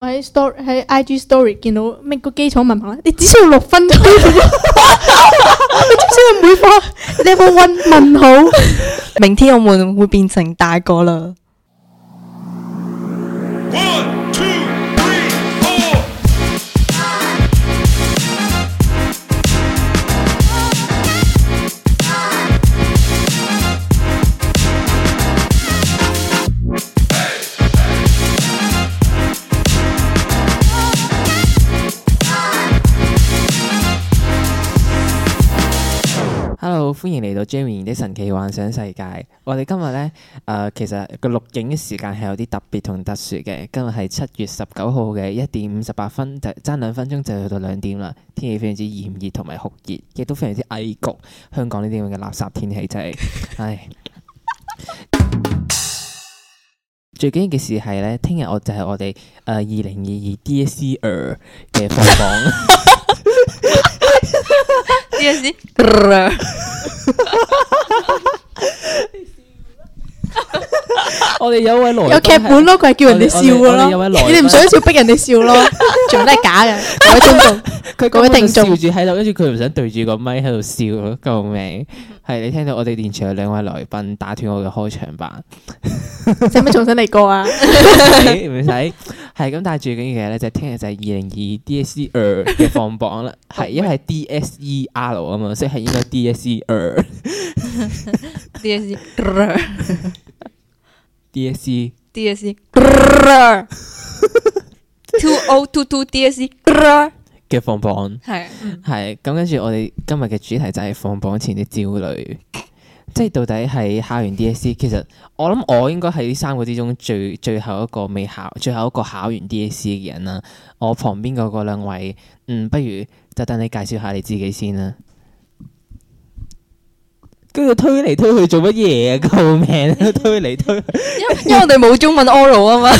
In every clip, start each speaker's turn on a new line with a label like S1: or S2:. S1: 喺 story 喺 IG story 見到咩個基礎文憑咧，你只需要六分鐘，你知唔知你每科你有冇運問好？
S2: 明天我們會變成大個啦。
S3: One, two, three, four.
S4: Hello，歡迎嚟到 Jamie 的神奇幻想世界。我哋今日咧，誒、呃其實個錄影嘅時間係有啲特別同特殊嘅。今日係七月十九號嘅一點五十八分，就爭兩分鐘就去到兩點啦。天氣非常之炎熱同埋酷熱，亦都非常之翳焗。香港呢啲咁嘅垃圾天氣真 係，唉。最緊要嘅事係咧，聽日我就係我哋誒呃二零二二 DSE 嘅放榜。
S2: DSE
S4: 我哋有位來
S1: 有劇本咯，佢係叫人哋笑
S4: 我哋我哋
S1: 噶
S4: 有
S1: 咯
S4: 位，來賓
S1: 你哋唔想笑，逼人哋笑咯，全部都係假嘅，各位觀眾。
S4: 佢
S1: 各位
S4: 根本就
S1: 聽眾
S4: 笑住喺度，跟住佢唔想對住個咪喺度笑，救 命！係你聽到我哋連場有兩位來賓打斷我嘅開場白，
S1: 使唔使重新嚟過啊？
S4: 唔使係咁，但係最緊要嘅咧就係聽日就係二零二 DSE 呃嘅放 榜啦，係因為 DSE R 啊嘛，所以係應該 DSE 呃
S2: DSE
S4: DSE
S2: DSE two o two two DSE
S4: 嘅放榜。
S2: 係
S4: 係咁，跟住我哋今日嘅主題就係放榜前嘅焦慮，即係到底係考完 DSE，其實我諗我應該係呢三個之中最最後一個未考，最後一個考完 DSE 嘅人啦。我旁邊嗰個兩位，嗯，不如就等你介紹下你自己先啦。跟住推嚟推去做乜嘢啊？救命！ 推嚟推去，
S1: 啊
S2: 因為我哋冇中文 oral 啊嘛，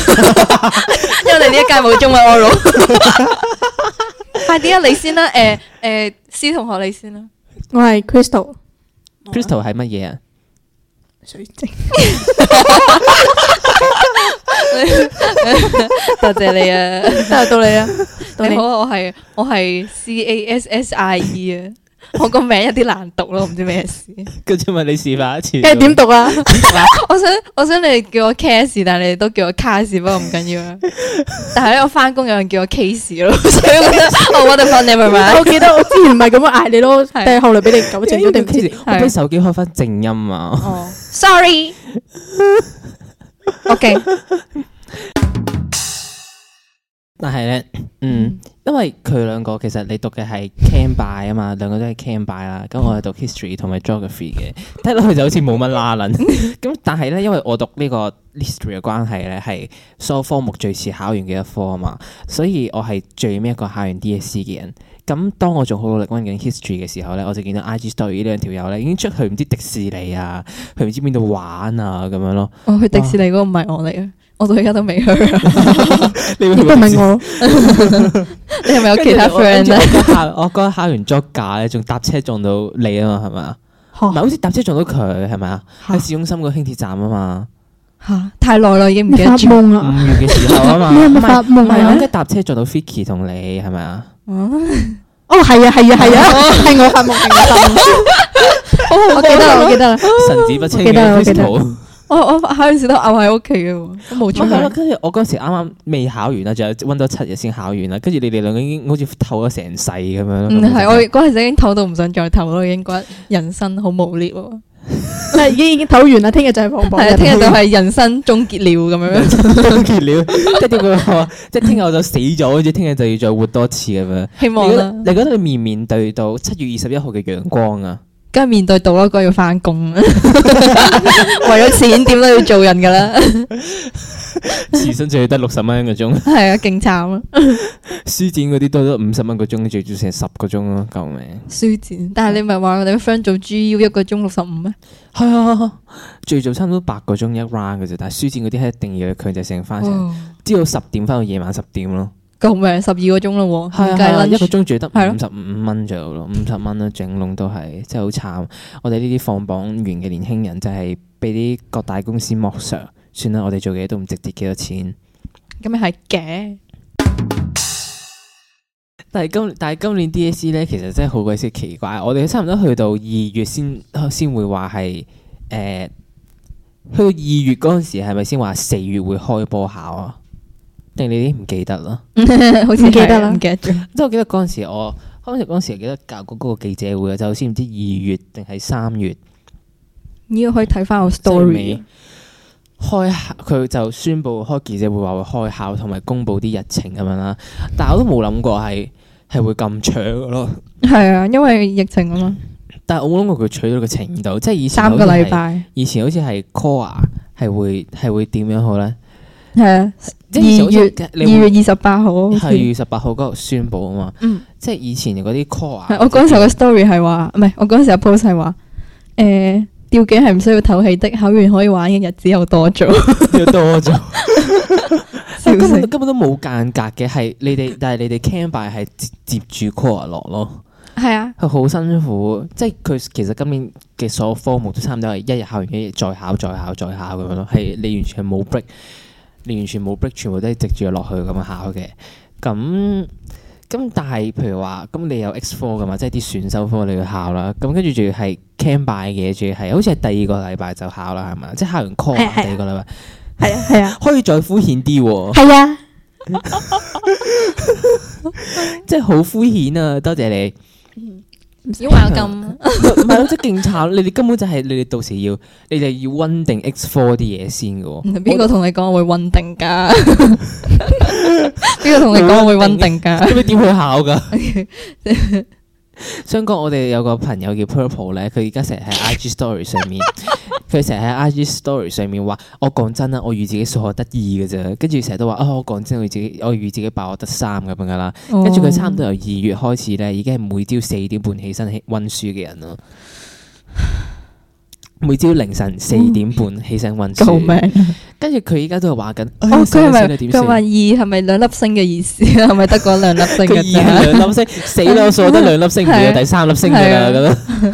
S2: 因為我哋呢一屆冇中文 oral。快啲啊，你先啦，誒誒，C 同學你先 啦。
S1: 我係 Crystal
S4: Crystal 係乜嘢啊？
S1: 水晶，
S2: 多謝你啊！
S1: 得啦到你啦，到
S2: 你
S1: 你
S2: 好，。我哦係我係 C A S S I E 啊， 我個名有啲難讀咯，唔知咩事。
S4: 跟住問你示範一次。
S1: 跟住點讀啊？
S2: 我想我想你哋叫我 Cas，但係你哋都叫我 Cas，不過唔緊要啦。啊但係咧，我翻工有人叫我 Case 咯， 所以我覺得哦，what the fuck，never mind。
S1: 我記得我之前唔係咁樣嗌你咯，
S2: 係
S1: 但係後來俾你糾正咗，對唔
S4: 跟住
S1: 住。
S4: 我俾手機開翻靜音啊！
S2: 哦，sorry。OK，
S4: 但係咧，嗯，因為佢兩個其實你讀嘅係 Cam by 啊嘛，兩個都係 Cam by 啦。咁我係讀 History 同埋 Geography 嘅，睇落去就好似冇乜拉 楞。咁但係咧，因為我讀呢個 History 嘅關係咧，係所有科目最遲考完嘅一科啊嘛，所以我係最尾一個考完 DSE 嘅人。咁當我仲好努力温緊 History 嘅時候咧，我就見到 IG Story 呢兩條友咧已經出去唔知迪士尼啊，去唔知邊度玩啊咁樣咯。
S2: 我去哦迪士尼嗰個唔係我嚟嘅，我到而家都未去啊。
S4: 你會
S1: 亦
S4: 去
S1: 都
S4: 過
S1: 唔
S4: 迪
S1: 係
S4: 士尼
S1: 我，
S2: 你係咪有其他 friend 啊
S4: 咧
S2: 咧？？
S4: 我嗰日考完作假咧，仲搭車撞到你啊嘛，係咪啊？
S1: 哦
S4: 唔係，好似搭車撞到佢係咪啊？喺市中心個輕鐵站啊嘛，
S2: 嚇，太耐啦，已經唔
S1: 你
S2: 記得
S1: 發
S2: 咗。
S1: 夢
S4: 五
S1: 啦！
S4: 月嘅時候 啊嘛，
S1: 你係
S4: 唔
S1: 咪
S4: 係
S1: 發夢
S4: 唔係，我
S1: 啊
S4: 應？該搭車撞到 Fiki 同你係咪啊？
S1: 哦，係啊，係啊，係啊，係我發夢，係我發夢。 我記得啦，我記得啦。
S4: 神志不清
S1: 我記得
S4: 嘅
S1: 啦哦我記
S4: c
S1: 得
S4: r
S2: 我我考完試都嘔喺屋企嘅喎，都冇出
S4: 哦係咯，
S2: 去。
S4: 跟住我嗰時啱啱未考完啊啦，仲有温咗七日先考完啦，跟住你哋兩個已經好似透咗成世咁樣咯。
S2: 嗯，係我
S4: 咁
S2: 嗰陣時已經唞到唔想再唞咯，已經覺得人生好無聊喎。
S1: 嗱，已經已經唞完啦，聽日就係放榜。
S2: 係啊，聽日就係人生終結了咁樣。
S4: 就結了，即係點講啊？即係聽日我就死咗，跟住聽日就要再活多次咁樣。
S2: 希
S4: 你
S2: 望
S4: 覺
S2: 啦
S4: 得，你覺得你面唔面對到七月二十一號嘅陽光 啊？
S2: 梗係面對到啦，嗰日要 翻工，為咗錢點都要做人噶啦，
S4: 時薪最得六十蚊一個鐘，
S2: 係啊，勁慘啊！
S4: 書展嗰啲都得五十蚊個鐘，最少成十個鐘咯，救命！
S2: 書展，但係你咪話我哋個 friend 做 G U 一個鐘六十五咩？
S4: 係啊，最早差唔多八個鐘一 round 嘅啫，但係書展嗰啲係一定要強制性翻成，
S2: 哇
S4: 朝早十點翻到夜晚十點咯。
S2: 救命，十二個鐘咯喎，
S4: 係
S2: 唔
S4: 啊
S2: 計
S4: 係啊，
S2: lunch
S4: 一個鐘最得
S2: 係
S4: 五十五蚊左右咯，五十蚊啦，整籠都係，真係好慘。我哋呢啲放榜完嘅年輕人就係俾啲各大公司剝削，算啦，我哋做嘢都唔值值幾多錢。
S2: 咁咪係嘅。
S4: 但係今但係今年 DSE 咧，其實真係好鬼死奇怪。我哋差唔多去到二月先先會話係誒，去到二月嗰陣時係咪先話四月會開波考啊？定你啲唔記得啦？
S2: 好似
S1: 唔記得啦
S2: 係唔記得 咗。
S4: 即係我記得嗰陣時我，嗰陣時嗰陣時記得教嗰個記者會啊，就好似唔知二月定係三月
S2: 你要可以睇翻我
S4: 最尾
S2: story。
S4: 開佢就宣布開記者會話會開考，同埋公佈啲日程咁樣啦。但係我都冇諗過係係會咁長嘅咯。
S2: 係啊，因為疫情啊嘛，
S4: 但係我冇諗過佢取到個程度，即係以前
S2: 三個
S4: 好似係
S2: 禮，拜
S4: 以前好似係 core 啊係會係會點樣好咧？
S2: 係啊，
S4: 即係以前好似
S2: 二月
S4: 你
S2: 二
S4: 會
S2: 月二十八號好似。
S4: 係二月十八號嗰度宣布啊嘛，
S2: 嗯
S4: 即係以前嗰啲 core 啊
S2: 係我嗰陣時候嘅 story 係話，唔係我嗰陣時候 post 係話，誒吊頸係唔需要唞氣的，考完可以玩嘅日子又多 咗，
S4: 要 多咗。
S2: 笑
S4: 根
S2: 死
S4: 本！根本都冇間隔嘅，係你哋，但係你哋 can by 係接接住 core 落咯，
S2: 係啊，
S4: 佢好辛苦，即係佢其實今年嘅所有科目都差唔多係一日考完一日再考再考再考咁樣咯，係你完全係冇 break，你完全冇 break，全部都係直住落去咁樣考嘅，咁。咁但係，譬如話，咁你有 X 科噶嘛，即係啲選修科你要考啦。咁跟住仲要係 can by 嘅，仲要係好似係第二個禮拜就考啦，係嘛？即係考完 core
S1: 係啊係啊
S4: 第二個禮拜，
S1: 係啊係啊
S4: 可以再敷衍 啲喎。
S1: 係啊，
S4: 即係好敷衍啊！多謝你，
S2: 妖話咁
S4: 唔係咯，即係勁慘。你哋根本就係你哋到時要，你哋要温定 X Four 啲嘢先嘅 喎。
S2: 邊個同你講我會穩定 㗎？邊個同你講我會穩定㗎？
S4: 咁你點去 考噶？ 香港我哋有個朋友叫 Purple 咧，佢而家成日喺 IG Story 上 面，佢成日喺 IG Story 上面話：我講真啦，我預自己數學得二嘅啫。跟住成日都話：啊，我講真，我預自己，我預自己爆我得三咁樣噶啦。
S2: 嗯
S4: 跟住佢差唔多由二月開始咧，已經係每朝四點半起身起温書嘅人咯。每朝凌晨四點半起身温書，
S2: 嗯救命！啊
S4: 跟住佢依家都係話緊，哎呀
S2: 哦，佢係
S4: 死
S2: 咪
S4: 啦點
S2: 佢話二
S4: 算
S2: 係咪兩粒星嘅意思啊？係咪得嗰兩粒星
S4: 佢
S2: 嘅
S4: 二係
S2: 啫？
S4: 兩粒星，死啦！我數 得兩粒星，唔會有第三粒星㗎啦咁
S2: 係啊
S4: 樣。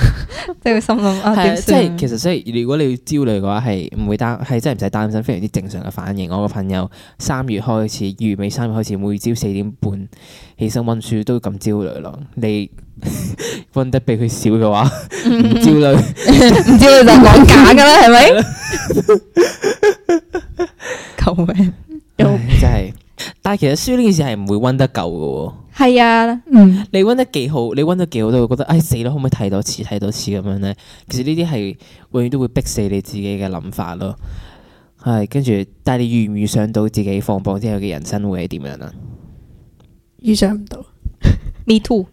S2: 即係佢心諗啊，
S4: 係啊
S2: 點
S4: 即
S2: 算
S4: 係其實即係如果你要焦慮嘅話，係唔會擔，係真係唔使擔心，非常之正常嘅反應。我個朋友三月開始，二月尾三月開始，每朝四點半起身温書都咁焦慮咯。你 温得比佢少嘅話， 唔焦慮。
S2: 唔知佢就講假㗎啦，係咪？救命！
S4: 唉 真係，但係其實書呢件事係唔會温得夠嘅喎。
S2: 係啊，
S1: 嗯，
S4: 你温得幾好，你温得幾好都會覺得，哎唉死啦，可唔可以睇多次睇多次咁樣咧？其實呢啲係永遠都會逼死你自己嘅諗法咯。係跟住，但係你遇唔遇上到自己放榜之後嘅人生會係點樣啊？
S1: 遇上唔到，
S2: Me too。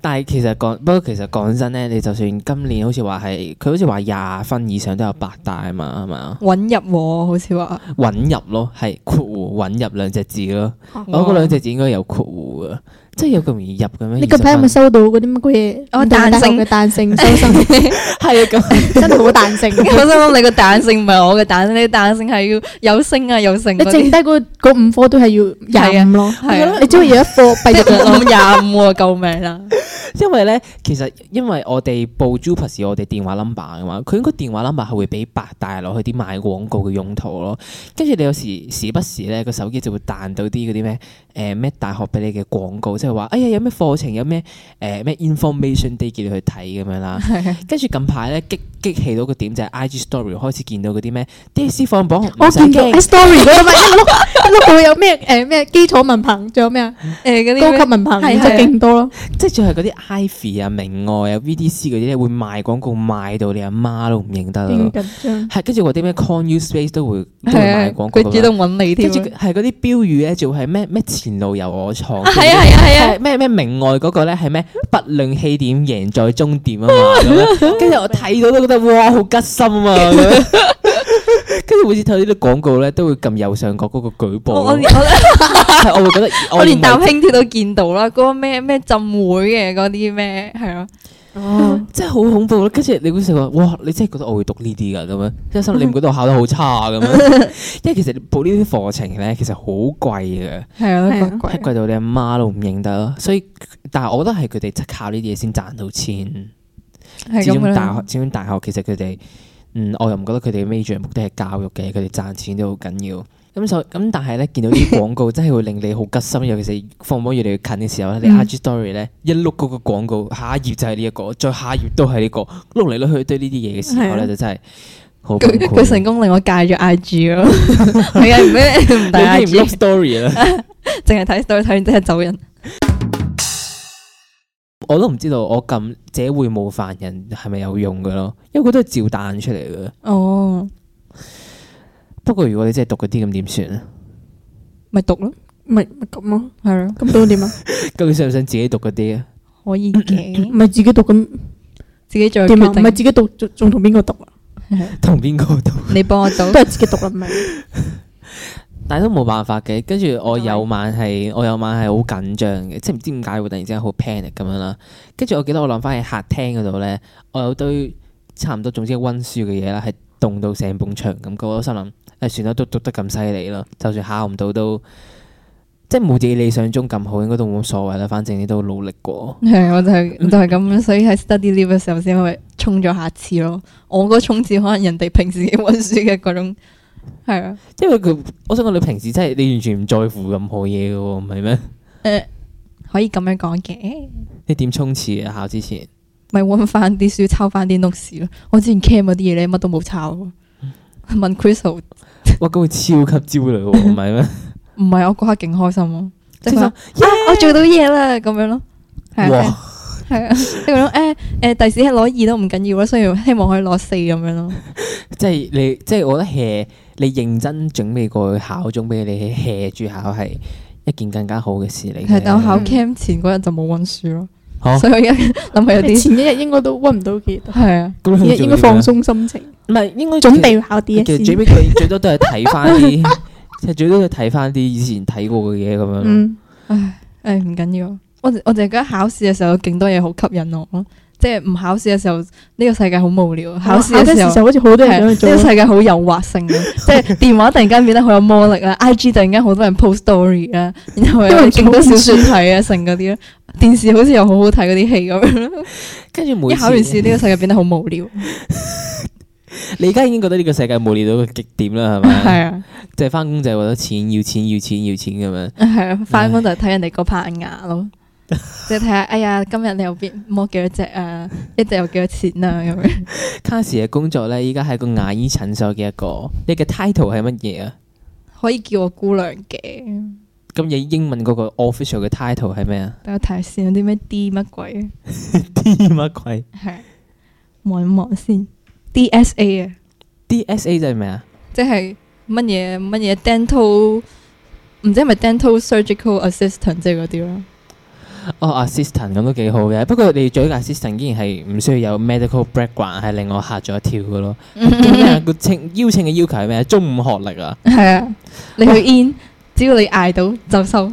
S4: 但係其實講，不過其實講真咧，你就算今年好似話係，佢好似話廿分以上都有八大啊嘛，係嘛？
S2: 揾入喎，好似話。
S4: 穩入咯，係括弧穩入兩隻字咯。
S2: 哇
S4: 我 嗰兩隻字應該有括弧嘅，即係有咁容易入嘅咩？
S1: 你近排有
S4: 20
S1: 冇
S4: 分
S1: 收到嗰啲乜鬼嘢？
S2: 哦
S1: 唔同大學
S2: 彈性
S1: 嘅彈性收生，
S4: 係啊咁。
S1: 真係好彈性。
S2: 我心諗你個彈性唔係我嘅彈性，你彈性係要有升啊有剩
S1: 你
S2: 嗰
S1: 剩低
S2: 啲。
S1: 嗰嗰五科都係要廿五咯，
S2: 係啊
S1: 你只會有一科閉
S2: 即
S1: 咗腳
S2: 係
S1: 咯。
S2: 五 廿五啊！救命啦！
S4: 因為咧，其實因為我哋報 Jupas 我哋電話 number 噶嘛，佢應該電話 number 係會俾八大落去啲賣廣告嘅用途咯。跟住你有時時不時咧個手機就會彈到啲嗰啲咩誒咩大學俾你嘅廣告，即係話哎呀有咩課程有咩誒咩 information day 叫你去睇咁樣
S1: 嗯
S4: 啦。跟住近排咧激激氣到個點就係 IG story 開始見到嗰啲咩 DSE 放榜唔
S1: 我
S4: 使
S1: 見到哎
S4: 驚
S1: story 嗰度咪一碌一碌會有咩誒咩基礎文憑，仲有咩啊
S2: 誒嗰啲
S1: 高級文憑，
S2: 係
S1: 然之後
S2: 係
S1: 勁多咯。
S4: 即係仲係嗰啲 Ivy 啊、明愛啊、VDC 嗰啲咧會賣廣告賣到你阿媽都唔認得咯
S1: 勁。緊張，
S4: 係跟住嗰啲咩 Con U Space 都會都會
S2: 係
S4: 賣
S2: 啊，
S4: 廣告
S2: 佢主
S4: 咁樣，
S2: 動揾你添
S4: 跟
S2: 啊。
S4: 住係嗰啲標語咧，仲係咩咩前路由我創，
S2: 啊係啊係啊係啊！
S4: 係咩咩明愛嗰個咧係咩不論起點贏在終 點啊嘛，咁樣跟住我睇到都覺得哇好吉心 啊！咁樣跟住每次睇到呢啲廣告咧，都會撳右上角嗰個舉報
S2: 我我
S4: 咯，
S2: 我
S4: 係我會覺得
S2: 我連
S4: 唔係
S2: 搭輕鐵都見到啦，嗰個咩咩浸會嘅嗰啲咩係咯，
S1: 哦，
S4: 真係好恐怖咯！跟住你會成話，哇！你真係覺得我會讀呢啲㗎咁樣，即係心諗你唔覺得我考得好差 咁樣？因為其實你報呢啲課程咧，其實好貴嘅。
S2: 係啊
S1: 係啊
S2: 嗰個
S4: 係貴到你阿媽都唔認得咯，所以但係我覺得係佢哋靠呢啲嘢先賺到錢。
S2: 係
S4: 始
S2: 咁
S4: 終
S2: 樣
S4: 大學
S2: 啦。
S4: 始終大學其實佢哋嗯，我又唔覺得佢哋 major 目的係教育嘅，佢哋賺錢都好緊要。咁所咁，但係咧見到啲廣告真係會令你好吉心，尤其是放榜越嚟越近嘅時候咧，你
S1: 嗯
S4: IG story 咧一碌嗰個廣告，下一頁就係呢一個，再下一頁都係呢個，碌嚟碌去都係呢啲嘢嘅時候
S1: 係啊
S4: 咧，就真係好崩
S2: 佢
S4: 潰
S2: 佢成功令我戒咗 I G 咯， 係啊，唔咩唔
S4: 你
S2: 睇 I
S4: 已經
S2: G，
S4: 唔碌 story 啊啦。
S2: 淨係睇 story 睇完即刻走人。
S4: 我都唔知道我撳這會冒犯人係咪有用嘅咯，因為佢都係照彈出嚟嘅。
S2: 哦，
S4: 不過如果你真係讀嗰啲咁點算啊咧？
S2: 咪讀咯，
S1: 咪咪咁咯，
S2: 係咯，
S1: 咁到點啊？
S4: 咁你想唔想自己讀嗰啲啊？
S2: 可以嘅，
S1: 唔係自己讀咁
S2: 嗯自己再
S1: 點啊？
S2: 決
S1: 唔係
S2: 定。
S1: 自己讀，仲仲同邊個讀啊？
S4: 同邊個讀？
S2: 你幫我讀
S1: 都係自己讀啦，唔係。
S4: 但係都冇辦法嘅。跟住我
S2: 係
S4: 有晚係，我有晚係好緊張嘅，即係唔知點解會突然之間好 panic 咁樣啦。跟住我記得我諗翻喺客廳嗰度咧，我有堆差唔多總之温書嘅嘢啦，係凍到成埲牆咁高。我心諗誒、唉算啦，都讀得咁犀利啦，就算考唔到都即係冇自己理想中咁好，應該都冇乜所謂啦。反正你都努力過。
S2: 係，啊我就係我就係咁，所以喺 study leave 嘅時候先可以衝咗下次咯。我嗰衝刺可能人哋平時温書嘅嗰種係啊，
S4: 因為佢，我想講你平時真係你完全唔在乎任何嘢嘅喎，唔係咩？
S2: 誒可以咁樣講嘅，
S4: 你點衝刺啊？考 之前
S2: 咪温翻啲書，抄翻啲 notes 咯。我之前 cam 嗰啲嘢咧，乜都冇抄喎。問 Crystal，
S4: 哇，咁會超級焦慮喎，唔係咩？
S2: 唔係我嗰刻勁開心咯，即係
S4: 即
S2: 佢話
S4: 係
S2: 啊我做到嘢啦咁樣咯，係啊
S4: 哇！
S2: 係啊，即係嗰種誒誒，第時攞二都唔緊要啦，雖然希望可以攞四咁樣咯。
S4: 即係你，即係我覺得 hea，你認真準備過去考，準備你 hea 住考係一件更加好嘅事嚟嘅。
S2: 係，但我考 cam 前嗰日就冇温書咯，
S4: 嚇
S2: 所以我而家諗起有
S1: 你
S2: 啲。
S1: 前一日應該都温唔到幾多，
S2: 係啊，
S4: 咁
S1: 應
S4: 你
S1: 應該
S4: 仲要
S1: 放
S4: 點啊，
S1: 鬆心情，
S4: 唔係應該
S1: 準備考 D
S4: 其實
S1: S C。
S4: 最尾佢 最多都係睇翻啲，其實最多都係睇翻啲以前睇過嘅嘢咁樣咯。
S1: 嗯，
S2: 唉，唉，唔緊要。我就我就係覺得考試嘅時候有勁多嘢好吸引我咯，即係唔考試嘅時候呢、個世界好無聊，啊考試嘅時候
S1: 哦時候好似啊好多
S2: 係
S1: 人
S2: 呢、
S1: 想
S2: 個
S1: 去做。
S2: 世界好誘惑性嘅， 即係電話突然間變得好有魔力啦，IG 突然間好多人 post story 啦，然後有
S1: 因為
S2: 勁多小説睇啊，成嗰啲啦，電視好似又好好睇嗰啲戲咁樣，
S4: 跟住每
S2: 一
S4: 次
S2: 考完試呢、個世界變得好無聊，
S4: 你而家已經覺得呢個世界無聊到個極點啦，係 咪？
S2: 係啊
S4: 就係翻工就係為咗錢，要錢，要錢，要錢咁樣。
S2: 係啊，翻工就係睇人哋嗰排牙 咯，即係睇下哎呀今日你又邊摸幾多隻啊，一隻有幾多錢啊咁樣。
S4: 卡士嘅工作咧，依家係個牙醫診所嘅一個，你嘅 title 係乜嘢啊？
S2: 可以叫我姑娘嘅，
S4: 咁你英文嗰個 official 嘅 title 係咩啊？
S2: 等我睇下先有啲咩 D 乜鬼，
S4: 啲乜鬼
S2: 係啊望一望先。DSA 啊，
S4: ？DSA 就係咩啊？
S2: 即係乜嘢乜嘢 dental，唔知係咪 dental surgical assistant 即係嗰啲咯。
S4: 哦，assistant 咁都幾好嘅，不過你做一個 assistant 竟然係唔需要有 medical background，係令我嚇咗一跳嘅咯。
S2: 嗯
S4: 咁咩啊個請邀請嘅要求係咩啊？中五學歷啊，
S2: 係啊，你去 in，只要你嗌到就收。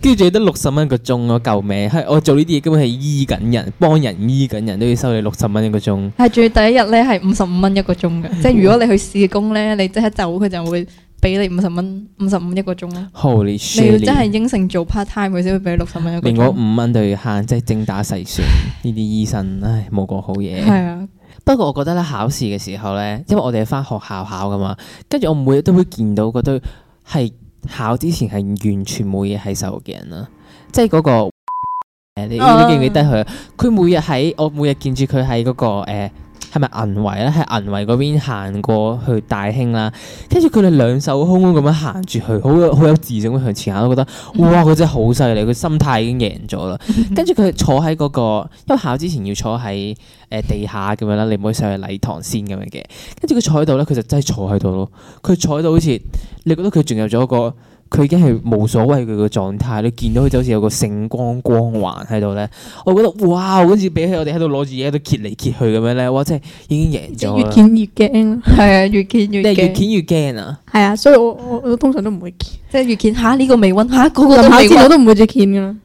S4: 跟住仲要得六十蚊一個鐘咯，救命！係我做呢啲嘢根本係醫緊人，幫人醫緊人都要收你六十蚊一個鐘。
S2: 係仲要第一日咧係五十五蚊一個鐘嘅，即係如果你去試工咧，你即刻走佢就會俾你五十蚊，五十五一個鐘咯。你
S4: Holy
S2: 要
S4: shit！
S2: 真係應承做 part time 佢先會俾六十蚊一個
S4: 連我
S2: 鐘。
S4: 五蚊都要慳，即係精打細算。呢啲醫生，唉，冇個好嘢。
S2: 係啊，
S4: 不過我覺得咧，考試嘅時候咧，因為我哋係翻學校考噶嘛，跟住我每日都會見到嗰堆係考之前係完全冇嘢喺手嘅人啦，即係嗰、個 誒你
S2: 哦
S4: 你記唔記得佢？佢每日喺我每日見住佢喺嗰個誒係咪銀圍咧？喺銀圍嗰邊行過去大興啦，跟住佢哋兩手空空咁樣行住去，好有好有自信咁向前行，我覺得哇！佢真係好犀利，佢心態已經贏咗啦。跟住佢坐喺嗰、個，因為考之前要坐喺誒、呃地下咁樣啦，你唔可以上去禮堂先咁樣嘅。跟住佢坐喺度咧，佢就真係坐喺度咯。佢坐喺度好似你覺得佢進入咗一個，佢已經係無所畏懼嘅狀態。你見到佢就好似有個聖光光環喺度咧，我覺得哇！好似比起我哋喺度攞住嘢喺度揭嚟揭去咁樣咧，哇！真係已經贏
S1: 即
S4: 咗
S1: 係越
S4: 啦。
S1: 見越驚咯，
S2: 係啊，越見
S4: 你
S2: 越
S4: 係越
S2: 驚。
S4: 見越驚啊！
S1: 係啊，所以我我 我通常都唔會見，
S2: 即係越見吓呢個未温，吓嗰個
S1: 臨
S2: 都
S1: 考
S2: 未
S1: 之前
S2: 温
S1: 我，都唔會再見噶啦。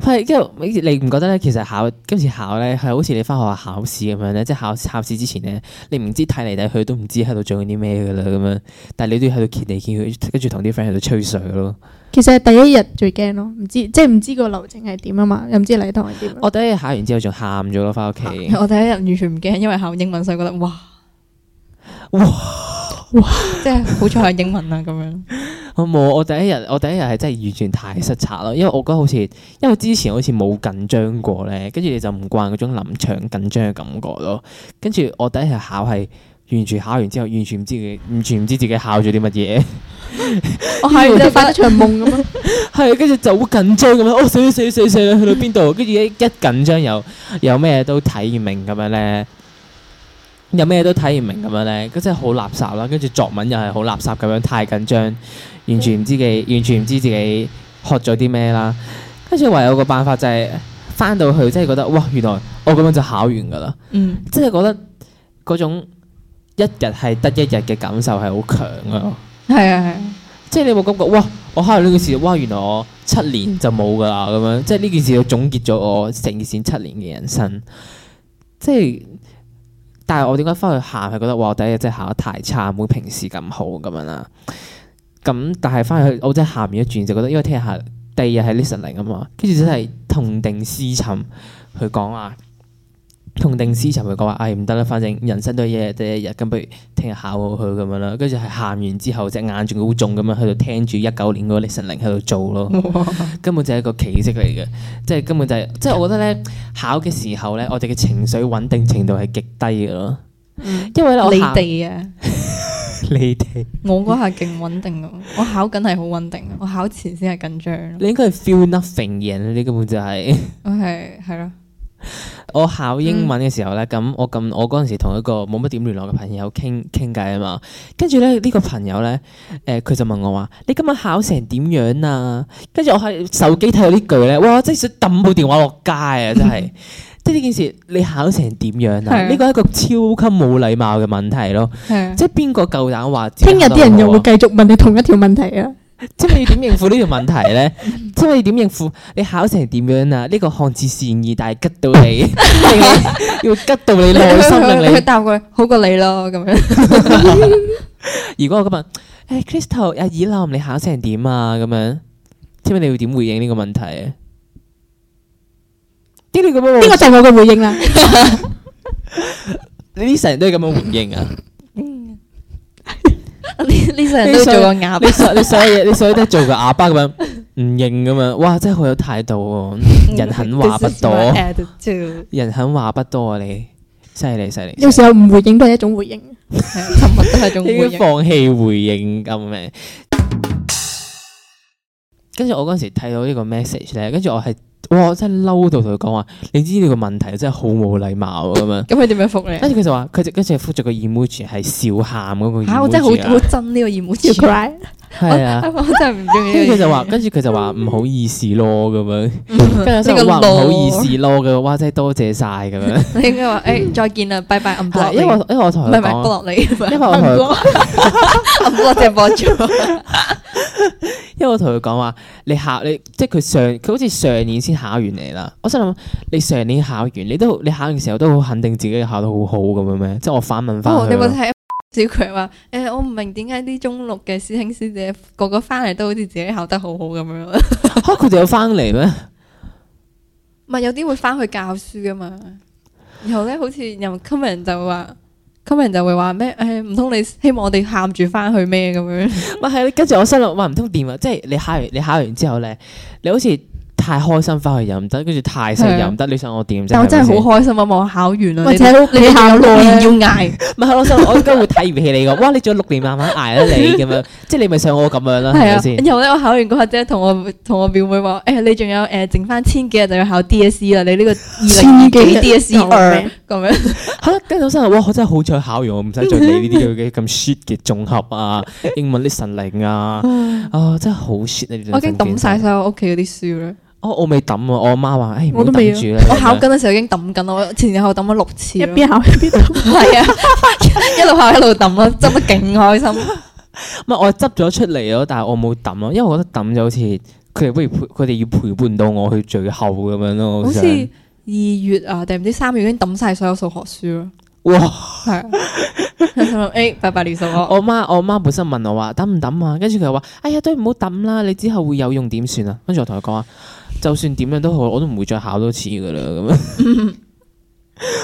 S4: 係，因為你唔覺得咧？其實考今次考咧，係好似你翻學校考試咁樣咧，即係考考試之前咧，你唔知睇嚟睇去都唔知喺度做緊啲咩噶啦咁樣，但係你都要喺度揭嚟揭去，跟住同啲 friend 喺度吹水咯。
S1: 其實係第一日最驚咯，唔知即係唔知個流程係點啊嘛，又唔知禮堂係點啊。
S4: 我第一日考完之後仲喊咗咯，翻屋企。
S2: 我第一日完全唔驚，因為考英文，所以覺得哇，即係好彩係英文啦咁樣。
S4: 我冇，我第一日我第一日係真係完全太失策咯，因為我覺得好似，因為之前好似冇緊張過咧，跟住你就唔慣嗰種臨場緊張嘅感覺咯。跟住我第一日考係完全考完之後，完全唔知嘅，完全唔知自己考咗啲乜嘢，
S2: 我
S1: 係
S2: 係
S1: 你
S2: 就
S1: 發咗
S2: 發
S1: 場夢咁啊樣，
S4: 係跟住就好緊張咁樣，哦死啦死啦死啦死啦，去到邊度？跟住一一緊張又又咩都睇唔明咁樣咧。有咩都睇唔明咁樣咧，咁真係好垃圾啦。跟住作文又係好垃圾咁樣，太緊張，完全唔知己，完全唔知自己學咗啲咩啦。跟住唯有個辦法就係、翻到去，真係覺得哇，原來我咁樣就考完噶啦。
S2: 嗯，
S4: 即係覺得嗰種一日係得一日嘅感受係好強啊。
S2: 係啊係啊。
S4: 即係你有冇感覺哇，我考完呢件事，哇，原來我七年就冇噶啦咁樣。即係呢件事就總結咗我成件事七年嘅人生。即係，但係我點解翻去喊係覺得哇，我第一日真係考得太差，冇平時咁好咁樣啦。咁但係翻去我真係喊完一轉就覺得，因為聽下第二日係 listening 啊嘛，跟住真係痛定思尋去講話，痛定思尋去講話，唉唔得啦，反正人生都係一日得一日，咁不如聽日考好佢咁樣啦。跟住係喊完之後隻眼仲好重咁樣喺度聽住一九年嗰個 listening 喺度做咯。
S2: 嗯
S4: 根本就係一個奇蹟嚟嘅，即係根本就係、即係我覺得咧，考嘅時候咧，我哋嘅情緒穩定程度係極低嘅咯。因為咧，我
S2: 嗯你
S4: 考
S2: 哋啊，
S4: 你哋，
S2: 我嗰下勁穩定啊！我考緊係好穩定啊，我考前先係緊張咯。
S4: 你應該係 feel nothing 嘅人，你根本就係、
S2: 我係係咯，
S4: 我考英
S1: 嗯
S4: 文嘅時候咧，咁、我咁我嗰陣時同一個冇乜點聯絡嘅朋友傾傾偈啊嘛，跟住咧呢、呢個朋友咧，誒、佢就問我話：你今日考成點樣啊？跟住我喺手機睇到呢句咧，哇！真係想抌部電話落街啊！真 係，即係呢件事你考成點樣
S2: 係啊
S4: 啊？呢個係一個超級冇禮貌嘅問題咯，
S2: 係啊，
S4: 即係邊個夠膽話自
S1: 嗯
S4: 己
S1: 聽日
S4: 考
S1: 啲
S4: 得
S1: 人
S4: 好
S1: 又
S4: 啊
S1: 會繼續問你同一條問題啊！
S4: 即係你點應付呢條問 題咧？即係你點應付？你考成點樣啊？呢、個看似善意，但係吉到你，要吉到你內心
S2: 你去
S4: 令
S2: 答啊佢好過你咯咁 樣。
S4: 你。如 果我今日，誒、Crystal 阿以琳，你考成點啊？咁樣，知唔知你會點回應呢個問題啊？啲你咁樣，
S1: 呢個就係我嘅回應啦。
S4: 你呢世人都係咁樣回應啊？
S2: 呢呢世人都要做個鴨
S4: 你所你所有嘢，你所有都係做個啞巴咁樣，唔認咁樣，哇！真係好有 態度喎、人狠話不
S2: This is my
S4: 多，
S2: attitude
S4: 人狠話不多啊！你犀利犀利。
S1: 有時候唔回應都係一種回應。
S2: 係 啊沉默都係一種
S4: 已
S2: 回
S4: 經
S2: 應。
S4: 放棄回應咁嘅。跟住我嗰陣時睇到呢個 message 咧，跟住我係哇，我真係嬲到同佢講話，你知呢個問題真係好冇禮貌啊咁 樣。
S2: 咁佢點樣覆你啊
S4: 跟？住佢就話，佢就跟住覆咗個 emoji 係笑喊嗰個 emoji
S2: 嚇！
S4: 啊
S2: 我真係好好憎呢個
S1: You
S2: emoji，
S1: cry，
S4: 係啊。
S2: 我真係唔中意呢個 emoji。
S4: 跟住佢就話，跟住佢就話唔好意思咯咁樣，跟住
S2: 嗯呢
S4: 我
S2: 個
S4: 心話唔好
S2: 囉
S4: 意思咯嘅，哇真係多謝晒咁樣。
S2: 你應 該話誒再見啦，拜拜，唔
S4: 係
S2: 落你，
S4: 啊因為
S2: 唔
S4: 我因為我同
S2: 係
S4: 佢
S2: 唔係
S4: 講
S2: 不。落你，因
S4: 因為我同 佢
S2: 唔落隻播咗。
S4: 因為我同佢講話，你考你即係佢上佢好似上年先考完你啦。我心諗你上年考完，你都你考完時候都好肯定自己考得好好咁樣咩？即係我反問翻
S2: 哦，
S4: 佢
S2: 你冇
S4: 咯。
S2: 睇小強話誒，我唔明點解啲中六嘅師兄師姐個個翻嚟都好似自己考得好好咁樣。啊
S4: 嚇佢哋有翻嚟咩？
S2: 唔係有啲會翻去教書噶嘛，然後咧好似又 comment 就話。comment 就會話咩？誒唔通你希望我哋喊住翻去咩咁樣？
S4: 咪係跟住我心諗，話唔通點啊？即係你考完你考完之後咧，你好似太開心翻去又唔得，跟住太細又唔得，你想我點啫？
S2: 但我真
S4: 係咪
S2: 係
S4: 先
S2: 好開心啊！我考完啦，
S1: 或
S2: 你
S1: 者
S2: 哋
S1: 你
S2: 你哋
S1: 考
S2: 有啊六
S1: 過
S2: 年要
S1: 咧，
S2: 捱，
S4: 咪係我心諗，我應該會睇唔起你㗎。哇！你仲有六年慢慢捱啦，你咁樣，即係你咪想我咁樣 啦，係
S2: 係
S4: 咪
S2: 啊
S4: 先？。
S2: 然後咧，我考完嗰下啫，同我同我表妹話：誒、你仲有誒、剩翻千幾日就要考 DSE 啦，你呢個二零
S1: 千幾
S2: 二幾
S1: 日
S2: DSE
S1: 救
S2: 二
S1: 命
S2: 咁樣。
S4: 係啦，跟住我心諗，哇！我真係好彩考完，我唔使
S2: 嗯
S4: 再理呢啲嘅咁 shit 嘅綜合 啊，英文 listening 啊，啊真係好 shit 啊！呢兩份
S2: 我已經抌晒
S4: 卷，
S2: 所有屋企嗰啲書啦。
S4: 我我未抌啊，我阿媽話：，誒唔好
S1: 我都未啊
S4: 抌住啦。
S2: 我考緊嘅時候已經抌緊啦，我前前後後抌咗六次
S1: 一
S2: 啦。
S1: 邊考一邊讀
S2: 係啊， 一路考一路抌啦，真得勁開心。
S4: 唔係我執咗出嚟咯，但係我冇抌咯，因為我覺得抌就好似佢哋不如陪佢哋要陪伴到我去最後咁樣咯。
S2: 好
S4: 好
S2: 似
S4: 似
S2: 二月啊，定唔知三月已經抌晒所有數學書啦。
S4: 哇！
S2: 係啊，我 心諗誒，拜拜你數學。
S4: 我媽我媽本身問我話抌唔抌啊，跟住佢又話：，哎呀，都唔好抌啦，你之後會有用點算 啊啊？跟住我同佢講話，就算點樣都好，我都唔會再考多次噶啦咁樣。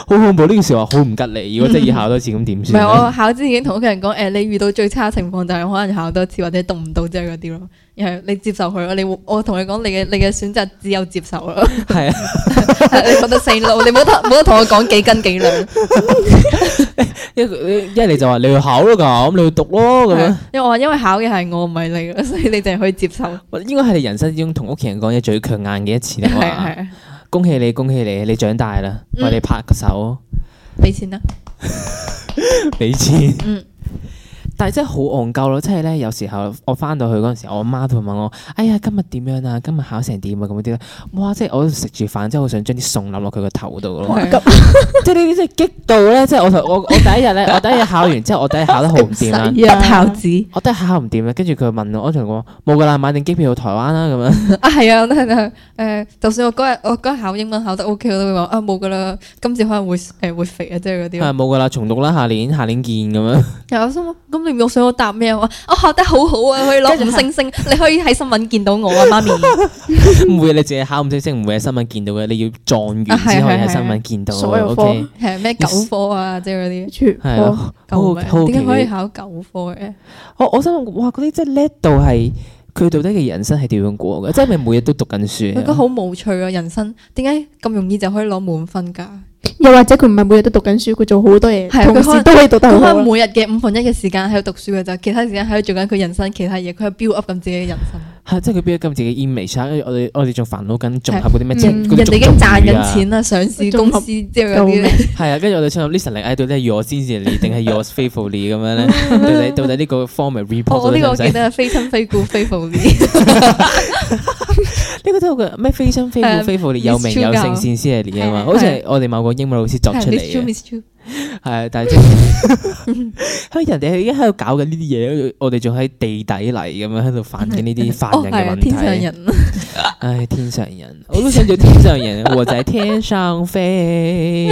S4: 好恐怖！呢件事話好唔吉利，如果真係要考多次咁點
S2: 唔係
S4: 算
S2: 我
S4: 呢？
S2: 考之前已經同屋企人講，誒、你遇到最差情況就係可能考多次或者讀唔到啫嗰啲咯，然後你接受佢，你我同佢講你嘅你嘅選擇只有接受咯，
S4: 係啊，
S2: 你覺得死路，你冇得冇得同我講幾斤幾兩，
S4: 一一嚟就話你去考咯咁，你去讀咯咁樣。
S2: 啊因為我話因為考嘅係我唔係你咯，所以你淨係可以接受，係
S4: 應該係你人生之中同屋企人講嘢最強硬嘅一次啦。
S2: 係
S4: 哇
S2: 啊，
S4: 恭喜你，恭喜你，你長大啦，
S2: 嗯
S4: 為你拍個手，
S2: 俾錢啦，
S4: 俾錢。
S2: 嗯
S4: 但係真係好戇鳩咯，即係咧有時候我翻到去嗰陣時，我阿媽都會問我：哎呀，今日點樣啊？今日考成點啊？咁嗰啲咧，哇！即係我食住飯之後，好想將啲餸冧落佢個頭度咯。
S2: 係啊
S4: 即係呢啲真係激到 咧，即係我同我我第一日咧，我第一日考完之後，我第一日考得好 唔掂啊啦。
S1: 唔使
S2: 不孝子
S4: 我都係考唔掂啦，跟住佢問我，我同佢講冇噶啦，買定機票去台灣啦咁樣。
S2: 啊係啊，我都 係誒、就算我嗰日我嗰日考英文考得 OK，我都會話啊冇噶啦，今次可能會誒、會肥啊，即係嗰啲咯。
S4: 係冇噶啦，重讀啦，下年下年見咁 樣。
S2: 有心諗咁你唔想我答咩啊？我話我考得好好啊，可以攞五星星，你可以喺新聞見到我啊，媽 咪。
S4: 唔會你自己考唔識識，唔會喺新聞見到嘅，你要狀元先可以喺新聞見到。
S1: 所有科
S4: OK，
S2: 係咩九科啊，即係嗰啲
S1: 全部
S4: 係啊，
S2: 救
S4: 好好
S2: 命，點解可以
S4: 奇。
S2: 考九科嘅？
S4: 我我心諗，哇！嗰啲真係叻到係佢到底嘅人生係點樣過 嘅？即係咪每日都讀緊
S2: 我覺得
S4: 書啊？
S2: 好無趣啊，人生點解咁容易就可以攞滿分㗎？
S1: 又或者佢唔係每日都讀緊書，佢做好多嘢，
S2: 係啊
S1: 同
S2: 佢可
S1: 時
S2: 能
S1: 都可以讀
S4: 哦
S1: 得
S2: 佢
S1: 好
S2: 可
S1: 好
S2: 能
S1: 啦。
S2: 每日嘅五分一嘅時間喺度讀書嘅咋，其他時間喺度做緊佢人生其他嘢，佢係 build up 緊自己嘅人生。
S4: 係即係佢變咗咁自己 image 啊跟住我哋我哋仲煩惱緊綜合嗰啲咩
S1: 嗯
S4: 情嗰啲
S2: 人哋已經
S4: 種族
S2: 賺
S4: 語啊
S2: 緊錢啦，上市公司即係嗰啲
S1: 救命
S2: 咧，
S4: 係啊，跟住我哋唱 listen 嚟，哎，到底係 your 先至你定 係 your faithfully 咁樣咧？到底到底呢個 form 係 report
S2: 哦我我呢個
S4: 到
S2: 我
S4: 底使
S2: 記
S4: 唔使？
S2: 得係非親非故非父子。
S4: 呢個都有個咩非親非故
S2: 誒
S4: 非 faithfully 有名有姓
S2: 啊 Miss Chu
S4: 善先係你啊嘛，
S2: 係
S4: 好似係我哋某個英文老師作
S2: 係
S4: 出嚟啊嘅，
S2: miss you，miss you
S4: 係但係即係 係人哋係已經喺度搞緊呢啲嘢，我哋仲喺地底嚟咁樣喺度犯緊呢啲犯
S2: 哦，
S4: 人
S2: 係啊
S4: 嘅問
S2: 天上
S4: 題。
S2: 人。
S4: 唉，天上 人，我都想做天上人，我在天上飛。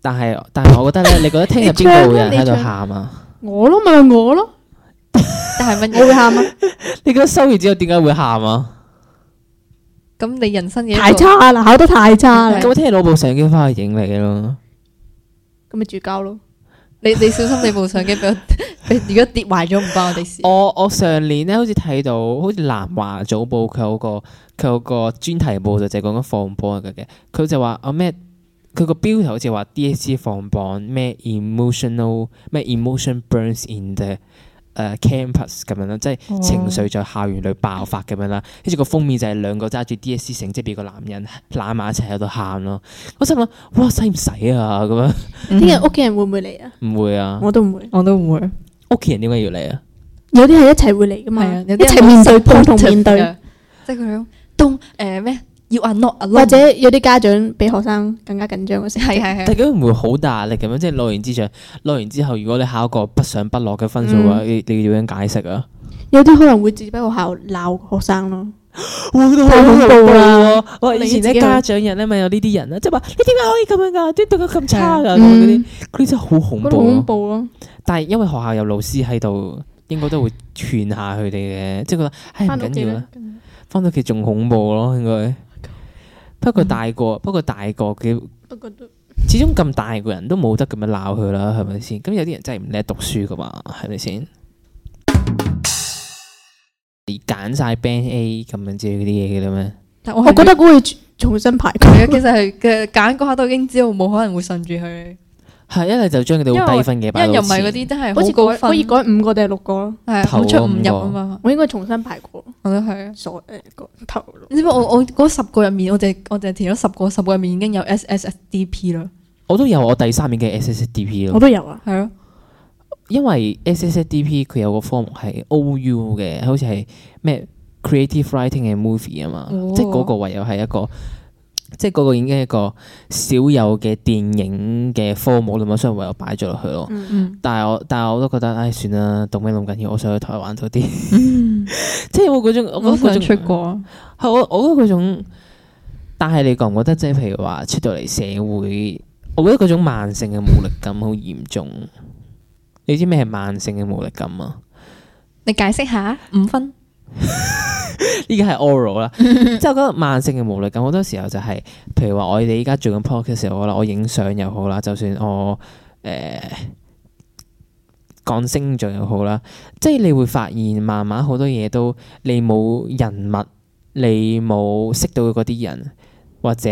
S4: 但係但係，我覺得咧，你覺得聽日
S1: 你
S4: 邊個
S1: 唱
S4: 會
S1: 啊
S4: 有人
S1: 你
S4: 喺度
S1: 唱
S4: 喊啊？
S1: 我咯，咪係我咯，
S2: 但係乜
S1: 我會
S2: 嘢？
S1: 喊啊！
S4: 你覺得收完之後點解會喊啊？
S2: 咁你人生嘅一個
S1: 太差啦，考得太差啦，
S4: 咁我聽日攞部相機翻去影你咯。
S1: 咁咪住交咯。
S2: 你你小心你部相機俾我， 俾如果跌壞咗唔關我哋事。
S4: 我我上年咧好似睇到，好似南華早報佢有個佢有個專題報導就係講緊放榜嘅嘅，佢就話啊咩？佢個標題好似話 DSE 放榜咩 emotional 咩 emotion burns in the 誒 campus 咁樣啦，即係
S2: 哦
S4: 情緒在校園裏爆發咁樣啦。跟住個封面就係兩個揸住 DSE 成績表個男人攬埋一齊喺度喊咯。我心諗哇，使唔使啊咁樣？
S1: 聽日屋企人會唔會嚟嗯啊？
S4: 唔會啊！
S1: 我都唔會。
S2: 我都唔會，係
S4: 屋企人點解要嚟啊？
S1: 有啲係一齊會嚟噶嘛，
S2: 啊，有
S1: 一
S2: 啲人
S1: 齊面對，
S2: 好
S1: 共同面
S2: supportive
S1: 對，
S2: 嘅，即係佢東誒咩？You are not alone，
S1: 或者有啲家長比學生更加緊張嘅時候。
S2: 係係
S4: 大
S2: 係，
S4: 家會唔會好大壓力咁樣？即係攞完之上，攞完之後，如果你考個不上不落嘅分數嘅話，你你要點樣解釋啊？
S1: 有啲可能會自己喺學校鬧學生咯。
S4: 哇，都
S1: 好恐怖啊！
S4: 哇，以前
S1: 你自
S4: 咧
S1: 己
S4: 家長日咧咪有呢啲人啊咧，即係話你點解可以咁樣㗎？點解對佢咁差㗎？咁樣嗰啲
S1: 嗯，
S4: 嗰啲真係好恐
S1: 覺得好
S4: 怖啊
S1: 恐
S4: 咯。
S1: 怖啊咯。
S4: 但係因為學校有老師喺度，應該都會勸下佢哋嘅，即係覺得唉哎唔
S1: 翻屋企
S4: 緊要啦啊
S1: 啦。，
S4: 翻到屋企仲恐怖咯，應該。不過大個，不過大個嘅，
S1: 不過都
S4: 始終咁大個人都冇得咁樣鬧佢啦，係咪先？咁有啲人真係唔叻讀書噶嘛，係咪先？你揀晒 Band A 咁樣之類嗰啲嘢嘅啦咩？
S2: 但我
S1: 我覺
S2: 覺
S1: 得
S2: 得
S1: 會重新排過。
S2: 係啊，其實係嘅揀嗰刻都已經知道冇可能會順住佢，
S4: 係一係就將佢哋好低分嘅
S2: 因
S4: 擺
S2: 為
S4: 到
S2: 又唔係嗰
S4: 前
S2: 啲真係
S1: 好似
S2: 高
S1: 改可
S2: 分
S1: 以，改五個定係六個咯，
S2: 係啊
S4: 頭
S2: 五出五
S4: 嗰
S2: 入
S4: 五個
S2: 啊嘛，
S1: 我應該重新排過，
S2: 我都係啊。
S1: 傻誒個頭咯。
S2: 你知唔知我我嗰十個入面，我淨係我淨係填咗十個，十個入面已經有 S S S D P 啦，
S4: 我都有我第三年嘅 SSDP
S1: 我
S4: 咯，
S1: 都有啊，
S2: 係咯，
S4: 因為 SSDP 佢有個科目係 OU 嘅，好似係咩 Creative Writing and Movie 啊嘛，
S2: 哦
S4: 即係嗰個唯有係一個，即係嗰個已經係一個少有嘅電影嘅科目啦嘛，所以唯有擺咗落去咯。
S2: 嗯。
S4: 但係我但係我都覺得，唉，算啦，讀咩咁緊要，我想去台灣多啲。 即係我嗰種，我
S2: 嗯我
S4: 覺
S2: 想
S4: 得嗰
S2: 出
S4: 種
S2: 國，
S4: 係我我覺得嗰種。但係你覺唔覺得，即係譬如話出到嚟社會，我覺得嗰種慢性嘅無力感好嚴重。你知咩係慢性嘅無力感啊？
S2: 你解釋下五分。
S4: 呢個係 oral 啦。即係我覺得慢性嘅無力感好多時候就係、譬如話我哋依家做緊 podcast 又好啦，我影相又好啦，就算我誒、呃、講星象又好啦，即係你會發現慢慢好多嘢都你冇人物，你冇識到嘅嗰啲人或者。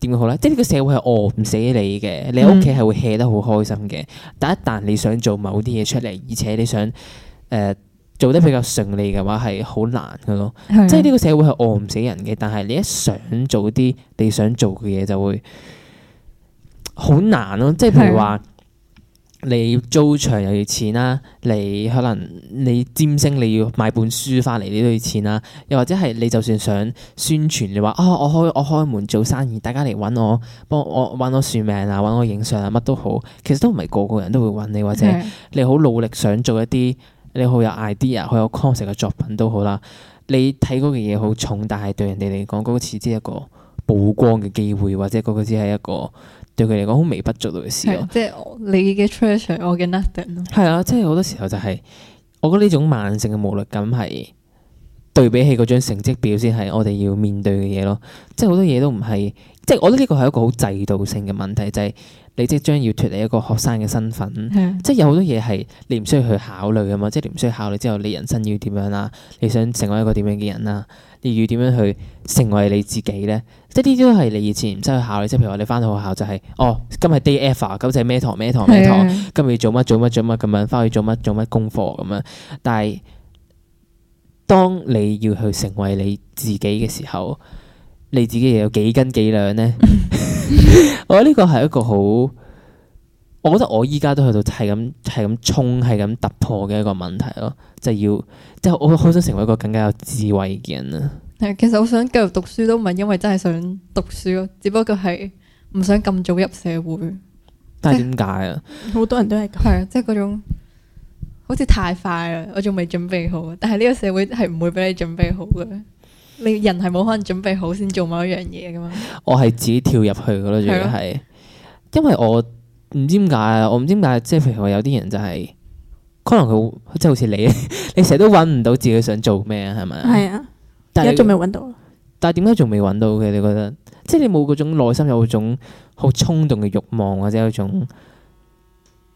S4: 點講好咧？即係呢個社會係餓唔死你嘅，你喺屋企係會 hea 得好開心嘅。但一旦你想做某啲嘢出嚟，而且你想誒、呃做得比較順利嘅話，係好難嘅咯。
S2: 啊
S4: 即係呢個啊社會係餓唔死人嘅，但係你一想做啲你想做嘅嘢，就會好難咯。即係啊譬如話，你租場又要錢啦，你可能你占星你要買本書翻嚟，你都要錢啦。又或者係你就算想宣傳，你話啊、我開我開門做生意，大家嚟揾我，幫我揾我算命啊，揾我影相啊，乜都好，其實都唔係個個人都會揾你或者。
S2: 啊
S4: 你好努力想做一啲你好有 idea、好有 concept 嘅作品都好啦，你睇嗰嘅嘢好重，但係對人哋嚟講，嗰個似只係一個曝光嘅機會，或者嗰個只係一個對佢嚟講好微不足道嘅事
S2: 係
S4: 咯。
S2: 即係我你嘅 treasure，我嘅 nothing 咯。
S4: 係啊，即係好多時候就係、我覺得呢種慢性嘅無力感係對比起嗰張成績表先係我哋要面對嘅嘢咯。即係好多嘢都唔係，即係我覺得呢個係一個好制度性嘅問題，就係、你即將要脱離一個學生嘅身份。
S2: 係啊
S4: 即係有好多嘢係你唔需要去考慮噶嘛，即係你唔需要考慮之後你人生要點樣啦，你想成為一個點樣嘅人啦，你要點樣去成為你自己咧？即係呢啲都係你以前唔使去考慮，即係譬如話你翻到學校就係、哦，今日 day F 啊，咁就係咩堂咩堂咩
S2: 係
S4: 堂，
S2: 啊
S4: 今日要做乜做乜做乜咁樣，翻去做乜做乜功課咁樣。但係當你要去成為你自己嘅時候，你自己又有幾斤幾兩呢？我覺得呢個係一個好，我覺得我依家都去到係咁係咁衝係咁突破嘅一個問題咯，就係要即係我好想成為一個更加有智慧嘅人啊！
S2: 係其實我想繼續讀書都唔係因為真係想讀書咯，只不過係唔想咁早入社會。
S4: 但係點解啊？
S1: 好多人都係咁。
S2: 係啊，即係嗰種好似太快啦，我仲未準備好。但係呢個社會係唔會俾你準備好嘅，你人係冇可能準備好先做某一樣嘢噶嘛。
S4: 我係自己跳入去嘅咯，仲要
S2: 係咯
S4: 係，因為我唔知點解啊，我唔知點解，即係譬如話有啲人就係、可能佢即係好似你， 你成日都揾唔到自己想做咩啊，係咪啊？
S1: 係啊，而
S4: 但
S1: 家
S4: 係
S1: 仲未揾到。啊
S4: 但係點解仲未揾到嘅？你覺得即係你冇嗰種內心有嗰種好衝動嘅慾望，或者有種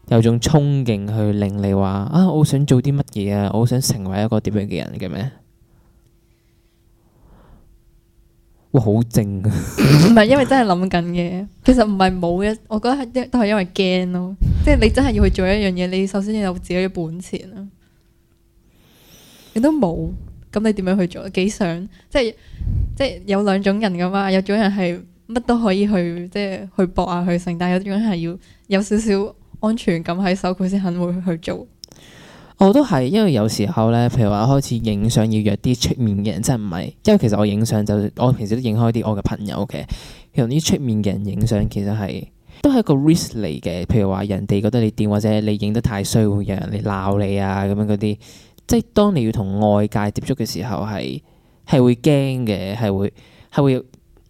S4: 有種衝勁去令你話啊，我好想做啲乜嘢啊，我好想成為一個點樣嘅人嘅咩？哇，好靜啊！
S2: 唔係因為真係諗緊嘅，其實唔係冇一，我覺得係一都係因為驚咯。即係你真係要去做一樣嘢，你首先要有自己嘅本錢啦。你都冇，咁你點樣去做？幾想？即係即係有兩種人噶嘛，有種人係乜都可以去，即係去搏啊去成，但係有種人係要有少少安全感喺手，佢先肯會去做。
S4: 我都係，因為有時候咧，譬如話開始影相要約啲出面嘅人，真係唔係，因為其實我影相就我平時都影開啲我嘅朋友嘅，用啲出面嘅人影相其實係都係一個 risk 嚟嘅。譬如話人哋覺得你掂，或者你影得太衰，會有人嚟鬧你啊咁樣嗰啲。即係當你要同外界接觸嘅時候，係係會驚嘅，係會係會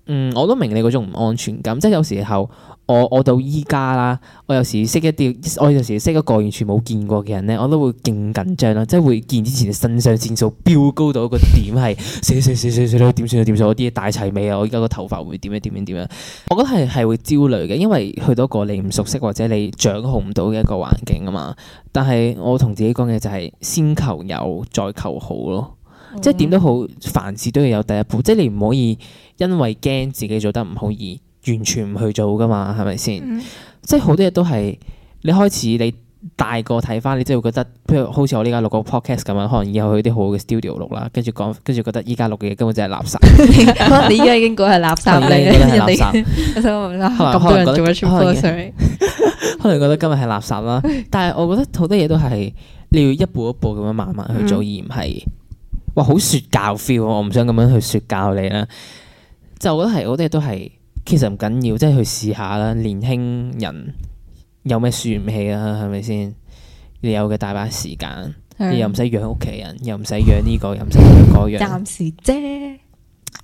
S4: 嗯，我都明你嗰種唔安全感。即係有時候我我到依家啦。我有時識一啲，我有時識一個完全冇見過嘅人咧，我都會勁緊張啦，即係會見之前腎上腺素飆高到一個點係，死死死死死啦，點算啊點算啊，我啲嘢大齊未啊，我而家個頭髮會點樣點樣點樣，我覺得係係會焦慮嘅，因為去到一個你唔熟悉或者你掌控唔到嘅一個環境啊嘛。但係我同自己講嘅就係先求有再求好咯。即係點都好，凡事都要有第一步，即係你唔可以因為驚自己做得唔好而完全唔去做噶嘛，係咪先？
S1: 嗯
S4: 即係好多嘢都係你開始你大個睇翻，你即係會覺得，譬如好似我呢家錄個 podcast 咁樣，可能以後去啲好嘅 studio 錄啦，跟住 講，跟住覺得依家錄嘅嘢根本就係垃圾，
S2: 可能你而家已經覺得係 垃圾嚟 嘅，
S4: 你覺得係
S2: 人
S4: 垃圾
S2: 哋我想問啦
S4: 可能
S2: 咁多人做咗全部
S4: 可
S2: 都
S4: 能
S2: 上嚟，
S4: 可能覺得今日係垃 圾啦。但係我覺得好多嘢都係你要一步一步咁樣慢慢去做，而唔係哇好説教 feel 啊。我唔想咁樣去説教你啦。就我覺得係好多嘢都係其實唔緊要，即係去試下啦。年輕人有咩輸唔起啊？係咪先？你有嘅大把時間，
S2: 嗯
S4: 你又唔使啊養屋企人，又唔使養呢、個，又唔使養嗰樣。
S2: 暫時啫。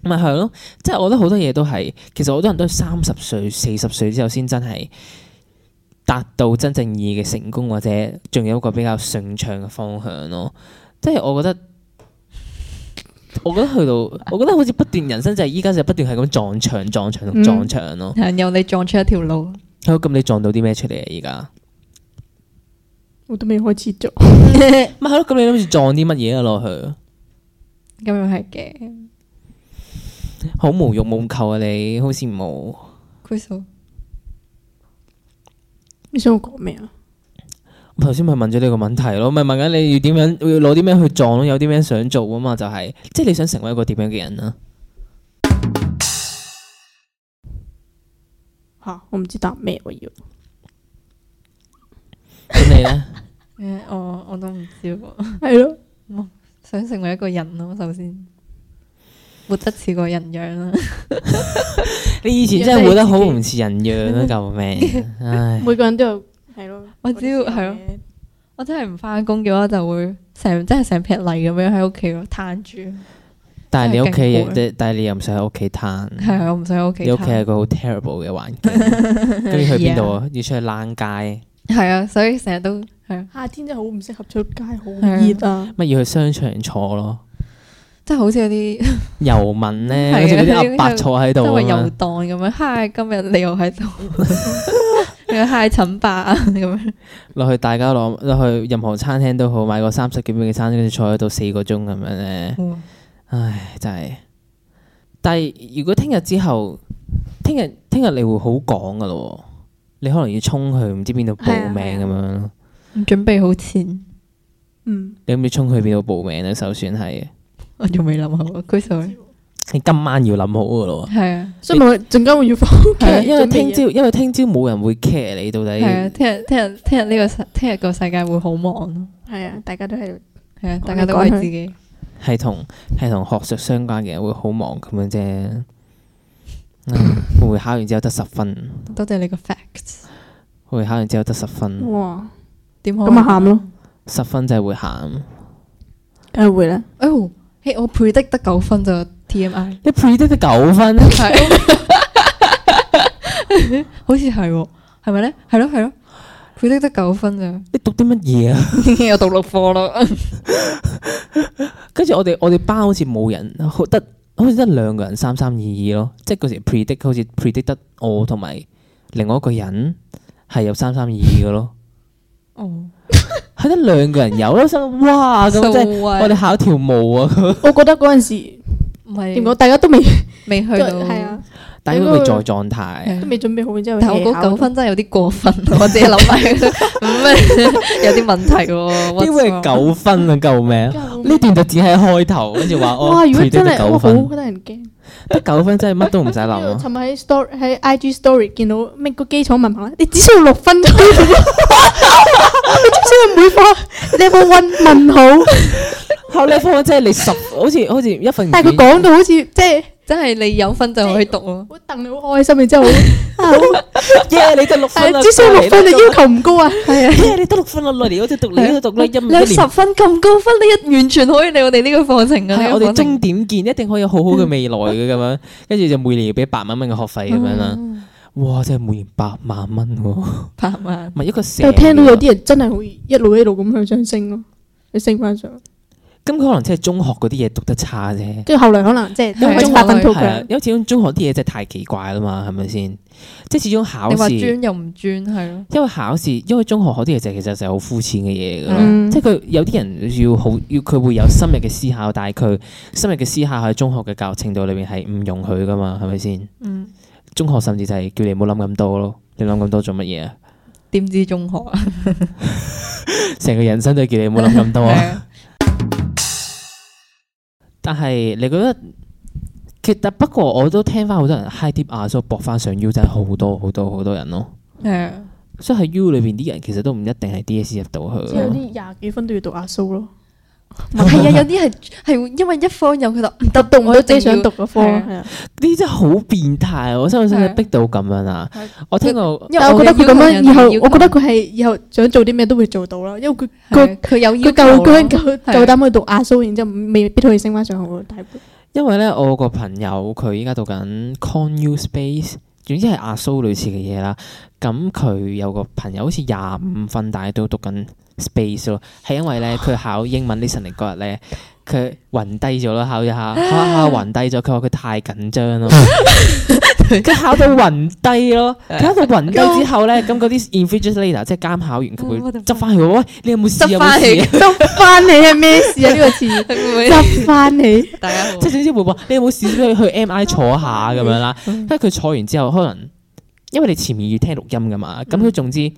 S4: 咪係咯，即係我覺得好多嘢都係，其實好多人都三十歲、四十歲之後先真係達到真正意義嘅成功，或者仲有一個比較順暢嘅方向咯。即係我覺得我覺得去到，我覺得好似不斷人生就係依家就係不斷係咁撞牆、撞牆同撞牆咯。
S2: 係由啊你撞出一條路，
S4: 好，咁你撞到啲咩出嚟啊？依家
S1: 我都未開始做，
S4: 咪係咯，咁你諗住撞啲乜嘢啊落去？
S2: 咁樣係嘅。
S4: 好無欲無求啊！你好似冇，
S2: Crystal，
S1: 你想我講咩啊？
S4: 我頭先咪問咗你個問題咯，咪問緊你要點樣，要攞啲咩去撞咯，有啲咩想做啊嘛？就係、即係你想成為一個點樣嘅 人啊？
S1: 吓，我唔知答咩，我要
S4: 咁你咧？
S2: 誒我我都唔知喎，
S1: 係咯，
S2: 想成為一個人咯，首先活得似個人樣啦。
S4: 你以前真係活得好唔似人 樣啊！救命！唉，
S1: 每個人都有係咯，
S2: 我只要
S1: 嗰啲
S2: 係
S1: 嘢
S2: 我真係唔翻工嘅話，就會成真係成劈泥咁樣喺屋企咯，攤住。
S4: 但係你屋企
S2: 真係勁啊
S4: 嘢，但係你又唔想喺屋企攤，
S2: 係啊，我唔想喺屋企攤。
S4: 你屋企係個好 terrible 嘅環境， 跟住去邊度啊？要出去冷街，
S2: 係啊，所以成日都係啊，
S1: 夏天真係好唔適合出街，好
S2: 係
S1: 熱啊！
S4: 乜要去商場坐咯？
S2: 即係好似有啲
S4: 遊民咧，
S2: 係啊
S4: 好似嗰啲阿伯坐喺
S2: 即
S4: 度啊
S2: 係話遊
S4: 咁樣
S2: 蕩咁樣。嗨，今日你又喺度，你又嗨陳伯啊咁樣。
S4: 落去大家樂，落去任何餐廳都好，買個三十幾蚊嘅餐，跟住坐喺度四個鐘咁樣咧。唉，真係。但係如果聽日之後，聽日聽日你會好趕噶咯喎，你可能要衝去唔知邊度報名咁樣咯。
S2: 唔準備好錢，
S1: 嗯，
S4: 你要唔要衝去邊度報名咧？啊首選係
S2: 我仲未諗好。Crystal 啊
S4: 你今晚要諗好噶咯
S2: 係啊，
S1: 所以咪陣間我要 翻屋
S4: 喎。係啊，因為聽
S1: 聽
S4: 朝因為聽朝冇人會 care 你到底。
S2: 係啊，聽日聽日聽日呢個世聽日個世界會好忙咯。
S1: 係啊，大家都喺度
S2: 係啊，
S1: 我
S2: 大家都
S1: 哋講
S2: 為
S1: 佢
S2: 自己。
S4: 係同係同學術相關嘅人會好忙咁樣啫。 唉會考完之後得十分，
S2: 多謝你個 facts，
S4: 會考完之後得十分，
S1: 哇，
S2: 點啊
S1: 咁
S2: 可
S1: 啊咪喊咯？
S4: 十分就係會喊。
S1: 梗係會啦，
S2: 哦，嘿，我 predict 得九分就 TMI，
S4: 你 predict 得九分，
S2: 係，好似係喎，係咪咧？係咯係咯，predict 得九分咋，
S4: 你讀啲乜嘢啊？
S2: 有讀六科咯，
S4: 跟住我哋我哋班好似冇人，好得好似得兩個人三三二二咯。即係嗰時 predict 好似 predict 得我同埋另外一個人係有三三二二嘅咯，
S2: 哦，
S4: 係得兩個人有咯。心諗哇啊咁即係我哋
S2: 係
S4: 考條毛 啊！
S1: 我覺得嗰陣時
S2: 唔係
S1: 點講，大家都未
S2: 未去
S1: 都
S2: 到，啊
S1: 係啊，
S4: 但係因為在 狀態，
S1: 都未準備好，然之後
S2: 但我嗰
S1: 考
S2: 九分真係有啲過分，我自己諗 埋，嗯有啲問題 喎，
S4: 因為九分啊，救命！ 呢段就只係開頭，跟住話我
S1: 哇！如果
S4: predict
S1: 真
S4: 得
S1: 係
S4: 九
S1: 我好
S4: 分，
S1: 得人驚。
S4: 得九分真係乜都唔使諗
S1: 我
S4: 啊！
S1: 尋日喺 story 喺 IG story 見到咩個基礎文憑，你只需要六分就可以做到。你知唔知佢每科 level one 問好，
S4: 考呢科即係你十，好似好似一份，
S1: 但係佢講到好似即係
S2: 真係你有分就可以讀咯，
S1: 好戥你好開心，然 之後好
S4: 耶，你得六分啦，
S1: 係只需要六分，你要求唔高啊。
S2: 係啊。
S4: 耶，你得六分啦，落嚟我就讀你嗰度讀 啦，一
S2: 你有十分咁高分，你一完全可以嚟我哋呢個課程噶。
S4: 係
S2: 呢個
S4: 我哋
S2: 課程
S4: 終點見，一定可以有好好嘅未來嘅咁樣，跟住就每年要俾八萬蚊嘅學費咁樣啦。哇！真係每年八萬蚊喎，
S2: 八萬，
S4: 咪一個啊成。
S1: 但係聽到有啲人真係好一路一路咁向上升咯，你升翻上，
S4: 咁，佢可能真係中學嗰啲嘢讀得差啫。
S1: 跟住後來可能即係
S2: 因為
S1: 開始
S2: 中
S1: 發奮圖
S4: 係啊
S1: 強，，
S4: 因為始終中學啲嘢真係太奇怪啦嘛，係咪先？即係始終考
S2: 你話
S4: 試。
S2: 專又唔專係咯？
S4: 因為考試，因為中學嗰啲嘢就其實就係好膚淺嘅嘢噶咯，
S1: 嗯
S4: 即係佢有啲人要好要佢會有深入嘅思考，但係佢深入嘅思考喺中學嘅教育程度裏面係唔容許噶嘛，係咪先？
S2: 嗯，
S4: 中學甚至就係叫你唔好諗咁多咯，你諗咁多做乜嘢啊？
S2: 點知中學啊？
S4: 成個人生都係叫你唔好諗咁多 啊！
S2: 係啊
S4: 但係你覺得其實不過我都聽翻好多人 high dip 亞叔搏翻上 U 真係好多好多好多人咯，
S2: 係啊，
S4: 所以喺 U 裏邊啲人其實都唔一定係 DSE 入到去
S1: 即係有
S4: 咯。
S1: 啲廿幾分都要讀阿蘇 咯，
S2: 係啊，有啲係係因為一科有佢就唔
S1: 讀
S2: 得
S1: 讀唔到自己
S2: 我一
S1: 想
S2: 定
S1: 讀
S2: 要
S1: 嘅科，
S2: 係啊
S1: 係啊
S4: 呢啲真係好變態，我相信
S2: 係啊
S4: 逼到咁樣啊
S2: 係！
S4: 我聽過。
S2: 因為
S1: 但我覺得佢咁
S2: 嘅要
S1: 樣以
S2: 求
S1: 後
S2: 有，
S1: 我覺得佢係以後想做啲咩都會做到啦，因為佢
S2: 係
S1: 佢
S2: 佢有要
S1: 佢夠
S2: 求咯
S1: 佢夠
S2: 係
S1: 夠膽去讀亞蘇，然之後未必可以升翻上好嘅大本。
S4: 因為咧，我個朋友佢依家讀緊 Conu Space，總之係阿蘇類似嘅嘢啦。咁佢有個朋友好似 廿五分，但係都讀緊 Space 咯，係因為咧佢考英文 listening 嗰日咧，佢暈低咗啦，考一 下，考一下暈低咗，佢話佢太緊張咯，佢考到暈低 咯，考到暈低之後咧，咁嗰啲 invigilator 即係監考員，佢會
S2: 我的媽
S4: 執翻佢，喂，你有冇
S2: 嗯
S4: 事
S2: 執
S4: 有冇
S2: 返起
S4: 事啊？
S1: 執翻你係咩事啊？呢個 詞
S2: 會唔會
S1: 執翻你，
S2: 大家好
S4: 即係總之會話你有冇事先去 MI 坐下咁樣啦。
S2: 嗯
S4: 跟住佢坐完之後，可能因為你前面要聽錄音噶
S2: 嗯
S4: 嘛，咁佢總之佢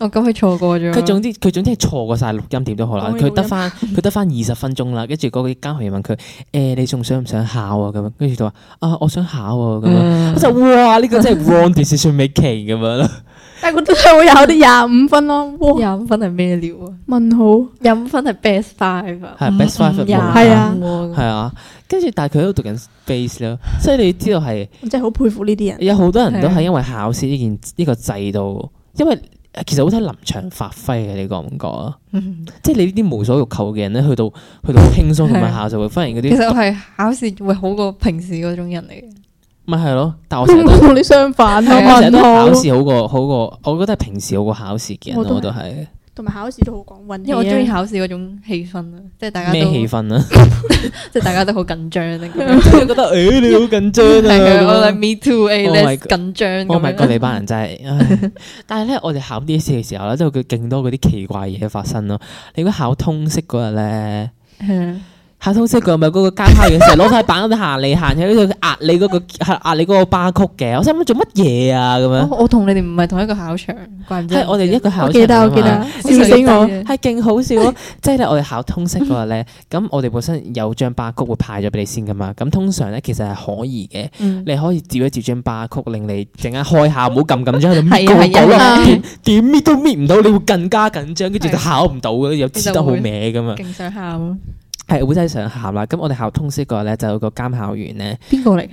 S2: 我咁佢錯過咗，
S4: 總之佢總之係錯過晒錄音點都好啦
S1: 我，
S2: 嗯
S1: 會
S4: 佢
S1: 錄
S4: 得
S1: 音
S4: 翻佢得翻二十分鐘啦。跟住嗰個監學員問佢：誒你仲想唔想考啊？咁樣跟住佢話：啊我想考啊咁樣。
S2: 嗯
S4: 我就哇呢個真係 wrong decision making 咁樣啦。
S1: 但係佢都係會有啲廿五分咯。哇，
S2: 廿五分係咩料啊？
S1: 問號
S2: 廿五分係 best five 啊，
S4: 係 best five
S2: 廿
S4: 冇
S1: 係啊
S4: 係啊，跟住但係佢喺度讀緊 base 咯，所以你知道係。
S1: 我真係好佩服呢啲人。
S4: 有好多人都
S2: 係啊
S4: 係因為考試呢件呢個制度，因為其實好睇臨場發揮嘅，你覺唔覺啊？即係你呢啲無所欲求嘅人咧，去到去到輕鬆咁樣考就會，忽然嗰
S2: 其
S4: 啲
S2: 實我係考試會好過平時嗰種人嚟嘅，
S4: 咪係咯。但我成日都
S1: 我同你相反咯，
S2: 係啊
S4: 我成日
S1: 問
S4: 都考
S1: 號。
S4: 試好過好過，我覺得係平時好過考試嘅人
S1: 我
S4: 咯，
S1: 都
S4: 我都係
S1: 同埋考試都好講運氣
S2: 因為
S1: 啊
S2: 我中意考試嗰種氣氛啊，即係大家
S4: 咩
S2: 都
S4: 氣 氛啊？
S2: 即係大家都好緊張啊咧。
S4: 即係覺得誒你好緊張啊
S2: 係我
S4: 咁
S2: 係
S4: 樣！
S2: me too a
S4: Oh
S2: l
S4: my
S2: e
S4: god
S2: 緊張咁
S4: Oh my
S2: 樣
S4: god！。你班人真係，唉 但係咧，我哋考 DSE 嘅時候咧，都會勁多嗰啲奇怪嘢發生咯。你如果考通識嗰日咧〜
S2: 係啊
S4: 下通識佢咪嗰個監考員成日攞塊板咁行嚟行去，喺度壓你嗰、個係壓你嗰個巴曲嘅。我心諗做乜嘢啊咁樣？
S2: 我我同你哋唔係同一個考場，怪唔之
S4: 係我哋一個
S1: 我
S4: 考
S1: 記得，
S4: 場啊
S1: 我
S4: 嘛
S1: 記得，
S2: 我
S1: 笑死
S2: 成日都
S1: 我。
S2: 知
S4: 係勁好笑咯！ 即係咧，我哋考通識嗰日咧，咁我哋本身有張巴曲會派咗俾你先噶嘛。咁通常咧其實係可以嘅，
S2: 嗯
S4: 你可以照一照張巴曲，令你陣間開下，唔好咁緊張喺度搣
S2: 係啊
S4: 個稿
S2: 係
S4: 啦，
S2: 啊，
S4: 點點搣都搣唔到，你會更加緊張，跟住就
S2: 係
S4: 考唔到嘅，又知得好歪 咁啊！
S2: 勁想喊啊！
S4: 係好真係想喊啦！咁我哋考通識嗰日咧，就有個監考員咧。
S2: 邊個嚟㗎？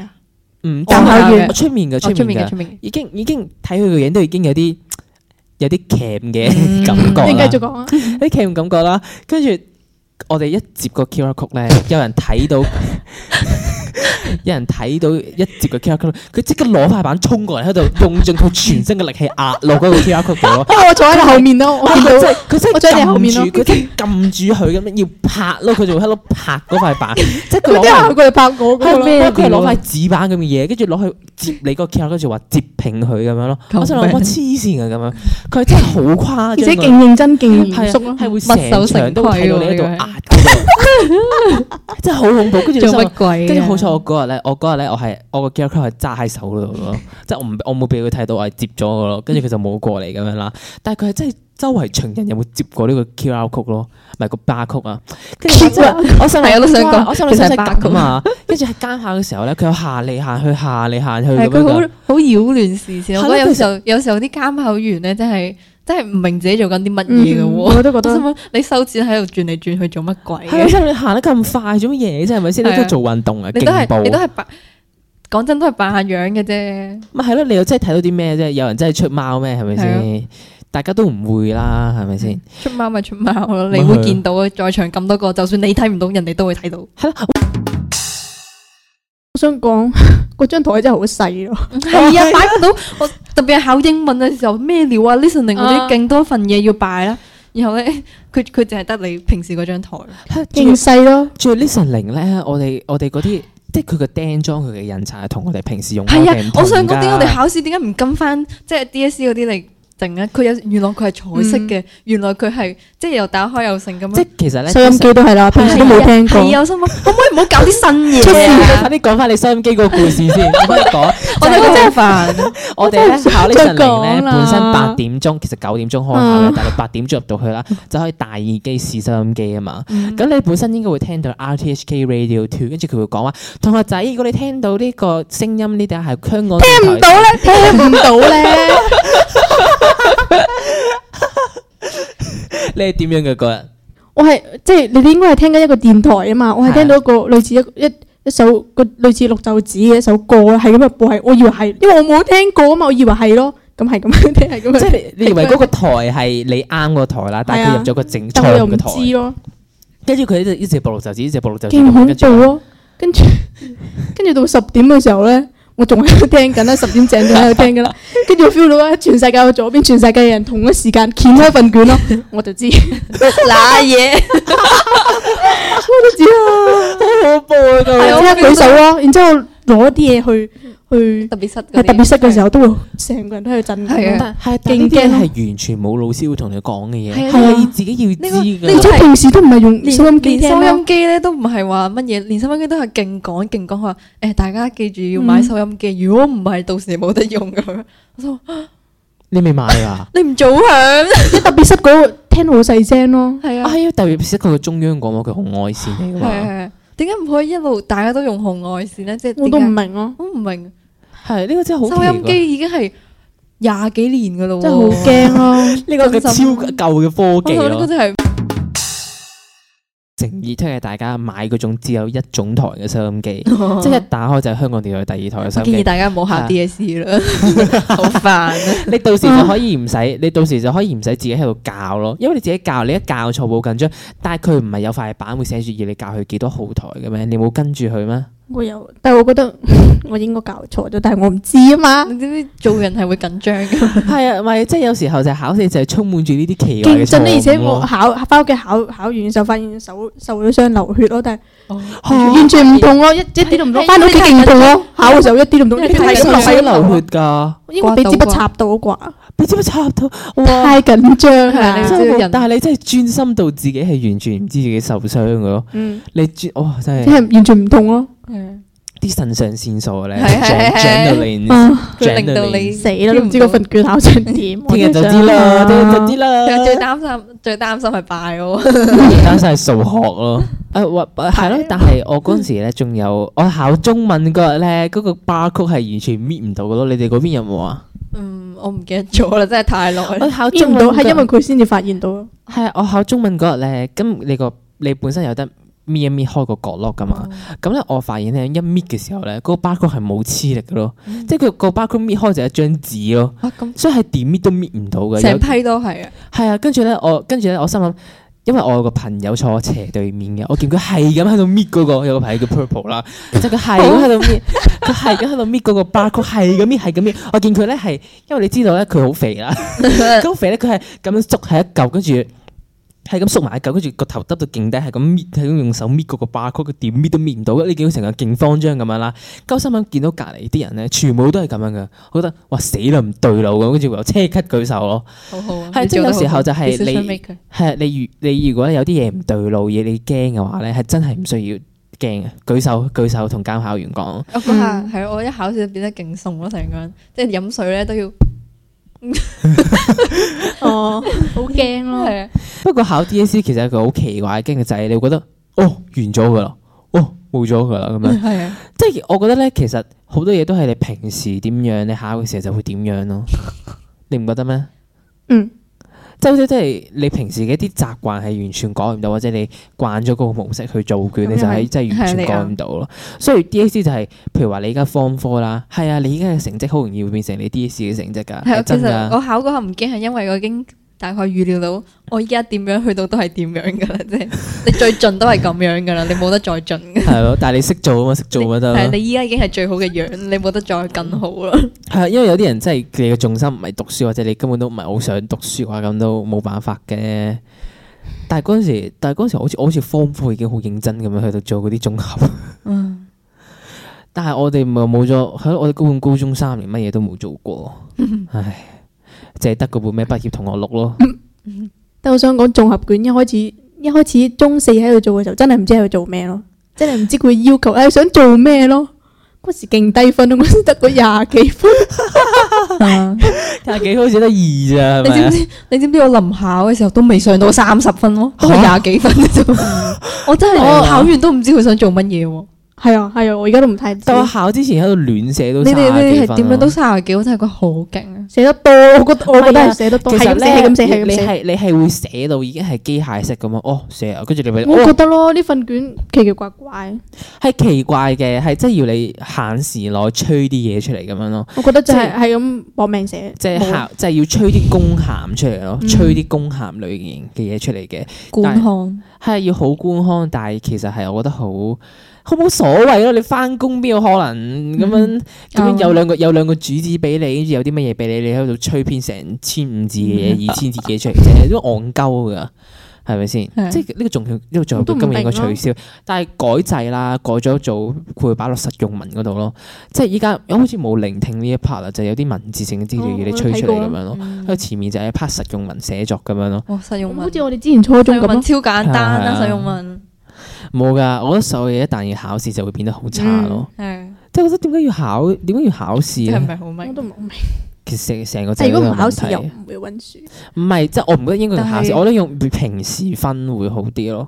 S4: 嗯，
S2: 監考
S4: 監
S2: 員
S4: 我出面嘅，
S2: 哦
S4: 出
S2: 出
S4: 面
S2: 面嘅
S4: 嘅，
S2: 出面嘅，
S4: 已經已經睇佢個樣都已經有啲有啲 cam 嘅
S2: 嗯
S4: 感
S1: 你 繼
S4: 覺啦，
S1: 續講啊，
S4: 有啲 cam 感覺啦。跟住我哋一接個 QR code 咧，有人睇到， 有人睇到一接個 QR code，佢即刻攞塊板衝過嚟喺度，用盡佢全身嘅力氣壓落嗰個 QR code 度咯。
S1: 因為我坐喺你後面咯，我
S4: 哇
S1: 見
S4: 佢真
S1: 到
S4: 係佢真
S1: 我坐喺
S4: 係
S1: 你後面
S4: 撳
S1: 咯
S4: 住，佢真係撳住佢咁樣要拍咯，佢就會喺度拍嗰塊 板，即係佢
S1: 佢
S4: 攞
S1: 啲
S4: 埋
S1: 行過嚟拍我嗰個
S4: 係
S1: 咯。
S4: 咩？佢係攞塊紙板咁嘅嘢，跟住攞去接你個 QR，跟住話接拼佢咁樣咯。
S2: 救命
S4: 我心諗我黐線啊咁樣，佢真係好誇張啊，
S1: 而且勁認真、勁
S2: 嗯
S1: 嚴肅
S4: 係
S1: 咯
S4: 啊，，係會
S2: 墨守
S4: 成
S2: 成
S4: 場都會睇到你
S2: 規喎呢
S4: 喺度
S2: 個係
S4: 壓 嗰度，真係好恐怖。跟住
S2: 做
S4: 我心諗
S2: 乜鬼啊？
S4: 跟住好彩我嗰日咧，我嗰日咧我係我個 QR code 係揸喺手度咯，即係我唔我冇俾佢睇到，我係接咗我咯，跟住佢就冇過嚟咁樣啦。但係佢係真係周圍巡人有冇接過呢個 QR code 咯，唔係個 bar code 啊。跟住我真係我心
S2: 係啊
S4: 諗
S2: 我都想講
S4: 哇我心諗使唔使
S2: 其實係 bar
S4: 咁啊？跟住喺監考嘅時候咧，佢有下嚟下去下嚟下去
S2: 係
S4: 咁
S2: 佢
S4: 樣
S2: 好
S4: 㗎。
S2: 好擾亂視線。我覺得
S4: 係咯
S2: 有
S4: 其
S2: 時候有時候啲監考員咧，真係真係唔明自己做緊啲乜嘢嘅
S1: 嗯，
S2: 喎。
S1: 我都覺
S2: 我心
S1: 得。
S2: 諗你收錢喺度轉嚟轉去做乜鬼
S4: 係我啊
S2: 嘅？
S4: 心諗你行得咁快做乜嘢啫？係咪先？你
S2: 係
S4: 都
S2: 啊
S4: 做運動啊，
S2: 你都
S4: 勁
S2: 係你
S4: 步
S2: 都。係扮，講真都係扮下樣嘅啫。
S4: 咪係咯？你又真係睇到啲咩啫？有人真係出貓咩？係咪
S2: 係嗯
S4: 先？大家都唔會啦，係咪先？
S2: 出貓咪出貓咯，
S4: 咪
S2: 你
S4: 係
S2: 會
S4: 咯
S2: 見到啊！在場咁多個，就算你睇唔到，人哋都會睇到。
S4: 係啦，
S1: 我想講嗰張台真係好細咯，
S2: 係啊，擺唔到。我特別係考英文嘅時候，咩料啊？listening 嗰
S1: 啊
S2: 啲勁多份嘢要擺啦。然後咧，佢佢淨係得你平時嗰張台。
S1: 勁細咯。
S4: 最 listening 咧，我哋我哋嗰啲即係佢個釘裝佢嘅印刷係同我哋平時用開
S2: 係
S4: 嘅
S2: 啊
S4: 唔，同㗎
S2: 我想講點解我哋考試點解唔跟翻即係 DSE 嗰啲嚟整咧？佢有原來佢係彩色嘅，原來佢係即係又打開又剩咁樣。
S4: 即係其實咧
S1: 收音機都係啦，平時都冇聽過。
S2: 係啊，我心諗可唔可以唔好搞啲新
S4: 出事
S2: 嘢
S4: 啦！
S2: 啊
S4: 快？啲講翻你收音機個故事 先，我可以講。
S2: 我哋真係煩。
S4: 我哋咧考呢陣令咧，
S1: 再講啦啊
S4: 本身八點鐘其實九點鐘開考嘅
S1: 嗯，
S4: 但係八點鐘入到去啦，就可以大耳機試收音機啊嘛。
S1: 嗯
S4: 咁你本身應該會聽到 RTHK Radio Two，跟住佢會講話，同學仔，如果你聽到呢個聲音呢，定係香港
S1: 聽唔
S4: 電台
S1: 到咧，聽唔到咧，
S4: 你係點樣嘅嗰 日？
S1: 我係即係你哋應該係聽緊一個電台啊嘛，我係聽到一個類似一一一首個類似綠袖子嘅一首歌啦，係咁樣播係，我以為係，因為我冇聽過啊嘛，我以為係咯，咁係咁樣聽，係咁樣聽，
S4: 即係你你認為嗰個台係你啱個台啦，但係
S1: 係
S4: 佢
S1: 啊
S4: 入咗個整錯
S1: 但我又唔
S4: 嘅
S1: 知
S4: 台，
S1: 咯，
S4: 跟住佢呢一直暴露就指，一直暴露就指，
S1: 勁恐
S4: 跟住
S1: 怖咯。跟住跟住到十點嘅時候咧，我仲喺度聽 緊啦，十點正仲喺度聽緊啦，跟住我 feel 到咧，全世界我左邊全世界嘅人同一時間掀 開份卷咯，我就知，我
S2: 嗱嘢，
S1: 都知啦。刻
S4: 哦
S1: 舉手咯，然之後攞啲嘢去去
S2: 特別室嗰
S1: 喺
S2: 啲
S1: 特別室嘅時候，都會成個人都喺度震
S2: 係啊
S1: 緊咯。
S4: 但係
S1: 勁
S4: 勁驚
S1: 驚咯
S4: 係完全冇老師會同你講嘅嘢，
S2: 係啊
S4: 係你自己要
S2: 呢個
S4: 知
S2: 呢
S1: 而
S2: 個
S4: 㗎。
S1: 且平時都唔係用收音機
S2: 連
S1: 聽
S2: 收
S1: 咯
S2: 音，機咧都唔係話乜嘢，連收音機都係勁講勁講，佢話誒大家記住要買收音機，如果唔係到時冇得用咁樣。我心話
S4: 你未買啊㗎？
S2: 你唔早響，
S1: 喺特別室嗰個聽到好細聲咯。
S2: 係
S4: 啊
S2: 啊
S4: 係啊，特別識佢個中央廣播佢紅外線嚟
S2: 係
S4: 㗎
S2: 啊
S4: 嘛。
S2: 係啊，點解唔可以一路大家都用紅外線咧？即係
S1: 我
S2: 點
S1: 都
S2: 解
S1: 唔明咯，
S2: 我唔明，
S4: 係呢個真係好
S2: 收
S4: 奇
S2: 音
S4: 怪。
S2: 機已經係廿幾年噶咯，
S1: 真係好驚咯。
S4: 呢個嘅超舊嘅科
S2: 我
S4: 技
S2: 覺得呢
S4: 咯
S2: 個。真係
S4: 誠意推介大家買嗰種只有一種台嘅收音機，即係一打開就係香港電台第二台嘅收
S2: 建議
S4: 音機。
S2: 大家唔好
S4: 係啊
S2: 考 DSE 啦，好煩啊！
S4: 你到時就可以唔使，你到時就可以唔使自己喺度教咯，因為你自己教，你一教錯好緊張。但係佢唔係有塊板會寫住要你教佢幾多號台嘅咩？你冇跟住佢咩？
S1: 我有，但係我覺得我應該教錯咗，但係我唔知啊嘛。
S2: 你知唔知做人係會緊張嘅？
S4: 係啊，咪即係有時候就係考試就係充滿住呢啲奇怪嘅
S1: 勁震
S4: 錯
S1: 咧，而且
S4: 誤
S1: 我
S4: 咯。
S1: 考翻屋企考考完就發現手受咗傷流血咯，但係
S4: 哦
S1: 完全唔痛咯，一一啲都唔
S2: 係
S1: 痛。
S2: 係
S1: 翻到屋企勁痛
S2: 因為
S1: 咯，考嘅時候一啲都唔痛，
S2: 因為
S1: 一係
S2: 太緊
S1: 咁流係
S2: 張啦
S1: 咁
S4: 細
S1: 流
S4: 流血
S1: 咯，
S4: 㗎，
S1: 應該俾支
S2: à?
S1: 筆插到啩，
S4: 你知唔知插到？哇！
S1: 太緊張
S2: 係你
S1: 啦。
S2: 知
S4: 真係
S2: 人
S4: 但係你真係專心到自己係完全唔知自己受傷嘅咯。
S1: 嗯，
S4: 你專哇 真係
S1: 即。係完全唔痛咯，
S2: 係
S4: 啲腎上腺素啊咧，
S2: 係係係
S4: 長長
S1: 啊
S4: 到
S2: 佢
S4: 你，
S2: 令到你
S1: 死啦！都唔知個份卷考成點，我
S4: 聽日就知
S1: 啊
S4: 啦，聽日就知啦。
S2: 其實最 擔心最擔心係拜我，
S4: 擔心係數學咯。誒或係咯，但係我嗰陣時咧仲有我考中文嗰日咧，嗰個 barcode 係完全搣唔到嘅咯。你哋嗰邊有冇啊？
S2: 嗯，我唔記得咗啦，真係太耐啦
S4: 我。考
S1: 搣
S4: 中
S1: 唔
S4: 文
S1: 到，係因為
S4: 為
S1: 佢先至發現到。
S4: 係啊我考中文嗰日咧，咁你個你本身有得搣一搣開個角落噶嘛？咁咧，我發現咧，一搣嘅時候咧，嗰、個 barcode 係冇黐力嘅咯，即係佢個 barcode 搣開就係一張紙咯，
S2: 啊咁
S4: 所以係點搣都搣唔到嘅。有
S2: 成批都係啊，
S4: 係啊，跟住咧，我跟住咧，我心諗，因為我有個朋友坐我斜對面嘅，我見佢係咁喺度搣嗰個，有個朋友叫 Purple 啦，即係佢係咁喺度搣，佢係咁喺度搣嗰個 barcode，係咁搣，係咁搣。我見佢咧係，因為你知道咧，佢好肥啦，咁肥咧，佢係咁樣縮喺一嚿，跟住。係咁縮埋一嚿，跟住個頭耷到勁低，係咁搣，係咁用手搣嗰個 barcode，佢點搣都搣唔到，你見到成個勁慌張咁樣啦。鳩心諗見到隔離啲人咧，全部都係咁樣嘅，我覺得哇死啦唔對路咁，跟住唯有車咳舉手咯。
S2: 好好啊。
S4: 係
S2: 你
S4: 即係
S2: 做得
S4: 有時
S2: 好
S4: 候就係
S2: Decision
S4: 你
S2: maker
S4: 係你如你如果有啲嘢唔對路嘢，你驚嘅話咧，係真係唔需要驚嘅。舉手舉手同監考員講，
S2: 我嗰下係我一考試就變得勁鬆咯，成個人即係飲水咧都要
S1: 哦，好驚咯！
S2: 係啊
S4: 不過考 DSE 其實係一個好奇怪嘅經歷，就係你會覺得哦完咗噶啦，哦冇咗噶啦咁樣。
S2: 係啊，
S4: 即係我覺得咧，其實好多嘢都係你平時點樣，你考嘅時候就會點 樣咯。你唔覺得咩？
S1: 嗯，
S4: 即係好似即係你平時嘅一啲習慣係完全改唔到，或者你慣咗嗰個模式去做
S1: 咁
S4: 卷，你就
S1: 又
S4: 係
S1: 係
S4: 真係完全
S2: 係你
S4: 改
S2: 啱
S4: 唔到咯。所以 DSE 就係、譬如話你而家 form four 啦，係啊，你而家嘅成績好容易會變成你 DSE 嘅成績㗎，
S2: 係啊其
S4: 係真
S2: 實
S4: 㗎。
S2: 我考嗰下唔驚係因為我已經大概預料到我依家點樣去到都係點樣噶啦， 即係你最盡都係咁樣噶啦，你冇得再盡嘅。
S4: 係啊咯，但係你識做啊嘛，識做咪得
S2: 係
S4: 咯。
S2: 你依家已經係最好嘅樣，你冇得再更好 啦。
S4: 係啊，因為有啲人真係你嘅重心唔係讀書，或者你根本都唔係好想讀書嘅話，咁都冇辦法嘅。但係嗰陣時，但係嗰陣時好似我好似 form four 已經好認真咁樣去到做嗰啲綜合。
S2: 嗯，
S4: 但係我哋咪冇咗，喺我哋高本高中三年乜嘢都冇做過，唉，淨係得嗰本咩畢業同學錄咯。
S1: 但我想講綜合卷一開始一開始中四喺度做嘅時候，真係唔知喺度做咩咯，真係唔知佢要求誒想做咩咯。嗰時勁低分咯，嗰時得個廿幾分。
S4: 廿幾好似得二
S2: 你
S4: 啊咋，係
S2: 知
S4: 咪
S2: 唔
S4: 啊？
S2: 知？你知唔知我臨考嘅時候都未上到三十分 咯，都係廿幾分嘅啫。我真
S4: 啊
S2: 係考完都唔知佢想做乜嘢喎。
S1: 係啊係啊，我而家都唔太知。
S4: 但我考之前喺度亂寫都
S2: 你哋
S4: 三
S2: 你
S4: 十
S2: 哋
S4: 幾
S2: 係
S4: 分啊
S2: 點樣
S4: 咯
S2: 都三十幾，我真係覺得好勁啊！
S1: 寫得多，我覺得我覺得
S4: 係啊
S1: 係寫得多，
S4: 其
S1: 係咁
S4: 實
S1: 寫，
S4: 咧
S1: 係咁寫，係
S4: 你
S1: 咁寫。
S4: 係你係會寫到已經係機械式咁樣，哦寫啊，跟住你咪
S1: 我
S4: 哦
S1: 覺得咯，呢份卷奇奇怪怪，
S4: 係奇怪嘅，係真係要你限時內吹啲嘢出嚟咁樣咯，
S1: 我覺得就係
S4: 即
S1: 係咁搏命寫，
S4: 即係
S1: 冇
S4: 考，即係要吹啲公函出嚟咯，
S1: 嗯
S4: 吹啲公函類型嘅嘢出嚟嘅。
S2: 觀看
S4: 係要好官腔，但係其實係我覺得好好冇所謂咯。你翻工邊有可能咁
S1: 嗯
S4: 樣咁樣
S2: 啱
S4: 有兩個有兩個主旨俾你，跟住有啲
S1: 嗯
S4: 乜嘢俾你，你喺度吹篇成千五字嘅嘢、二千字嘅嘢出嚟啫，都戇鳩噶。係咪先？
S2: 係
S4: 即係呢個仲要呢個仲有
S1: 我都唔
S4: 今日應該
S1: 明咯啊
S4: 取消，但係改制啦，改咗做佢擺落實用文嗰度咯。即係依家好似冇聆聽呢一 part 啦，就有啲文字性嘅資料
S1: 嗯哦
S4: 要你
S1: 我
S4: 吹
S1: 睇
S4: 出嚟
S1: 過啊
S4: 咁樣咯。
S2: 嗯
S4: 佢前面就係一 part 實用文寫作咁樣咯。
S2: 哇，實用
S1: 好
S2: 文，
S1: 似我哋之前初中
S2: 實用
S1: 咁
S2: 文
S1: 咯，
S2: 超簡單
S4: 係啊
S2: 啦，實用文
S4: 冇㗎，我覺得所有嘢一旦要考試就會變得好差咯。，
S2: 嗯係
S4: 即係我覺得點解要考？點解要考試
S2: 真係唔
S4: 咧？
S2: 係好
S1: 我
S2: 明。
S1: 嗯都唔係好明。
S4: 其實成成個
S1: 即係
S4: 制
S1: 如
S4: 度
S1: 果
S4: 都
S1: 唔
S4: 有
S1: 考
S4: 問
S1: 試又
S4: 題。
S1: 唔會温書，
S4: 唔係，即係我唔覺得應該要考
S2: 但
S4: 試，
S2: 係
S4: 我覺得用平時分會好啲咯。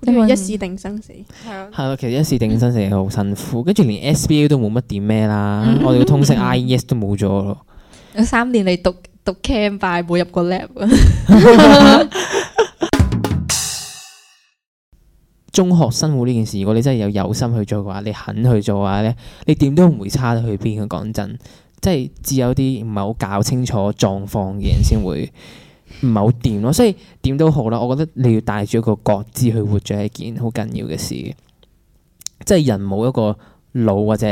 S1: 跟住
S2: 嗯
S1: 一試定生死。
S4: 係咯，其實一試定生死係好辛苦，跟住連 SBA 都冇乜點咩啦，
S1: 嗯
S4: 我哋嘅通識 IES 都冇咗咯。
S1: 啊
S2: 有三年嚟讀讀 cam 拜冇入過 lab，
S4: 中學生活呢件事，如果你真係有有心去做嘅話，你肯去做嘅話咧，你點都唔會差得去邊嘅。講真，即係只有啲唔係好搞清楚狀況嘅人先會唔係好掂咯。所以點都好啦，我覺得你要帶住一個覺知去活着係一件好緊要嘅事。即係人冇一個腦或者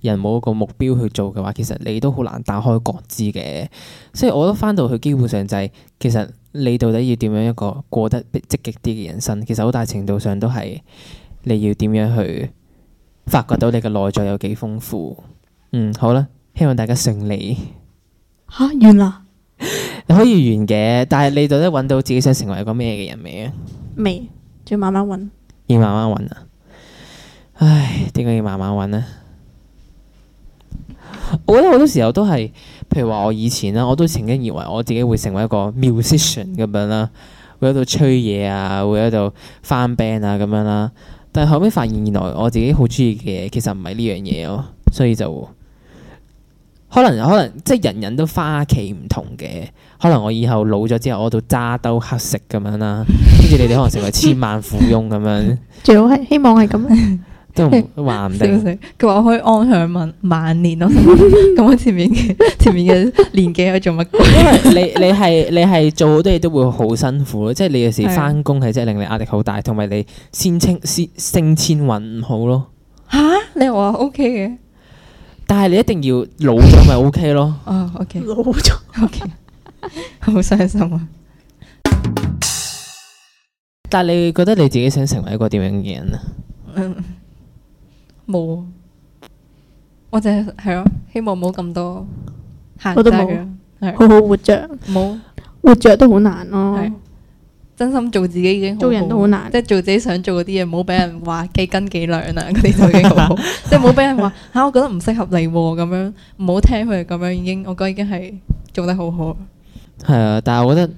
S4: 人冇一個目標去做嘅話，其實你都好難打開覺知嘅。所以我覺得翻到去基本上就係、其實你到底要點樣一個過得積極啲嘅人生，其實好大程度上都係你要點樣去發掘到你嘅內在有幾豐富。嗯，好啦，希望大家順利。
S1: 吓完啦，
S4: 你可以完嘅，但係你到底揾到自己想成為一個咩嘅人未啊？
S1: 未？仲要慢慢揾。
S4: 要慢慢揾啊！唉，點解要慢慢揾呢？我覺得好多時候都係，譬如話我以前啦，我都曾經以為我自己會成為一個 musician 咁樣啦，會喺度吹嘢啊，會喺度翻 band 啊咁樣啦。但係後尾發現原來我自己好中意嘅嘢其實唔係呢樣嘢咯，所以就可能可能即係人人都花旗唔同嘅，可能我以後老咗之後我到揸兜乞食咁樣啦，跟住你哋可能成為千萬富翁咁樣。
S1: 最好係希望係咁，
S4: 都唔 都話唔
S2: 笑
S4: 定。
S2: 死！佢話我可以安享晚晚年咯，咁我前面嘅前面嘅年紀去做 乜鬼？
S4: 因為你你係你係做好多嘢都會好辛苦咯，即係你有時
S2: 係
S4: 翻工係真係令你壓力好大，同埋你先清先升遷運唔好 咯。
S2: 吓，你話 OK 嘅？
S4: 但係你一定要老咗咪 OK 咯。
S2: 哦，OK
S1: 老咗。
S2: OK，好傷心啊！
S4: 但係你覺得你自己想成為一個點樣嘅人啊？
S2: 嗯冇啊，我就係係咯，希望冇咁多限制
S1: 我都冇
S2: 嘅，係
S1: 好好活着，
S2: 冇
S1: 活着都好難咯，
S2: 係真心做自己已經
S1: 哦
S2: 好
S1: 做人都好難
S2: 即。係做自己想做嗰啲嘢，唔好俾人話幾斤幾兩啊，嗰啲就已經好好，即係唔好俾人話吓、我覺得唔適合你喎、咁樣，唔好聽佢哋咁樣已經，我覺得已經係做得好好。
S4: 係啊，但係我覺得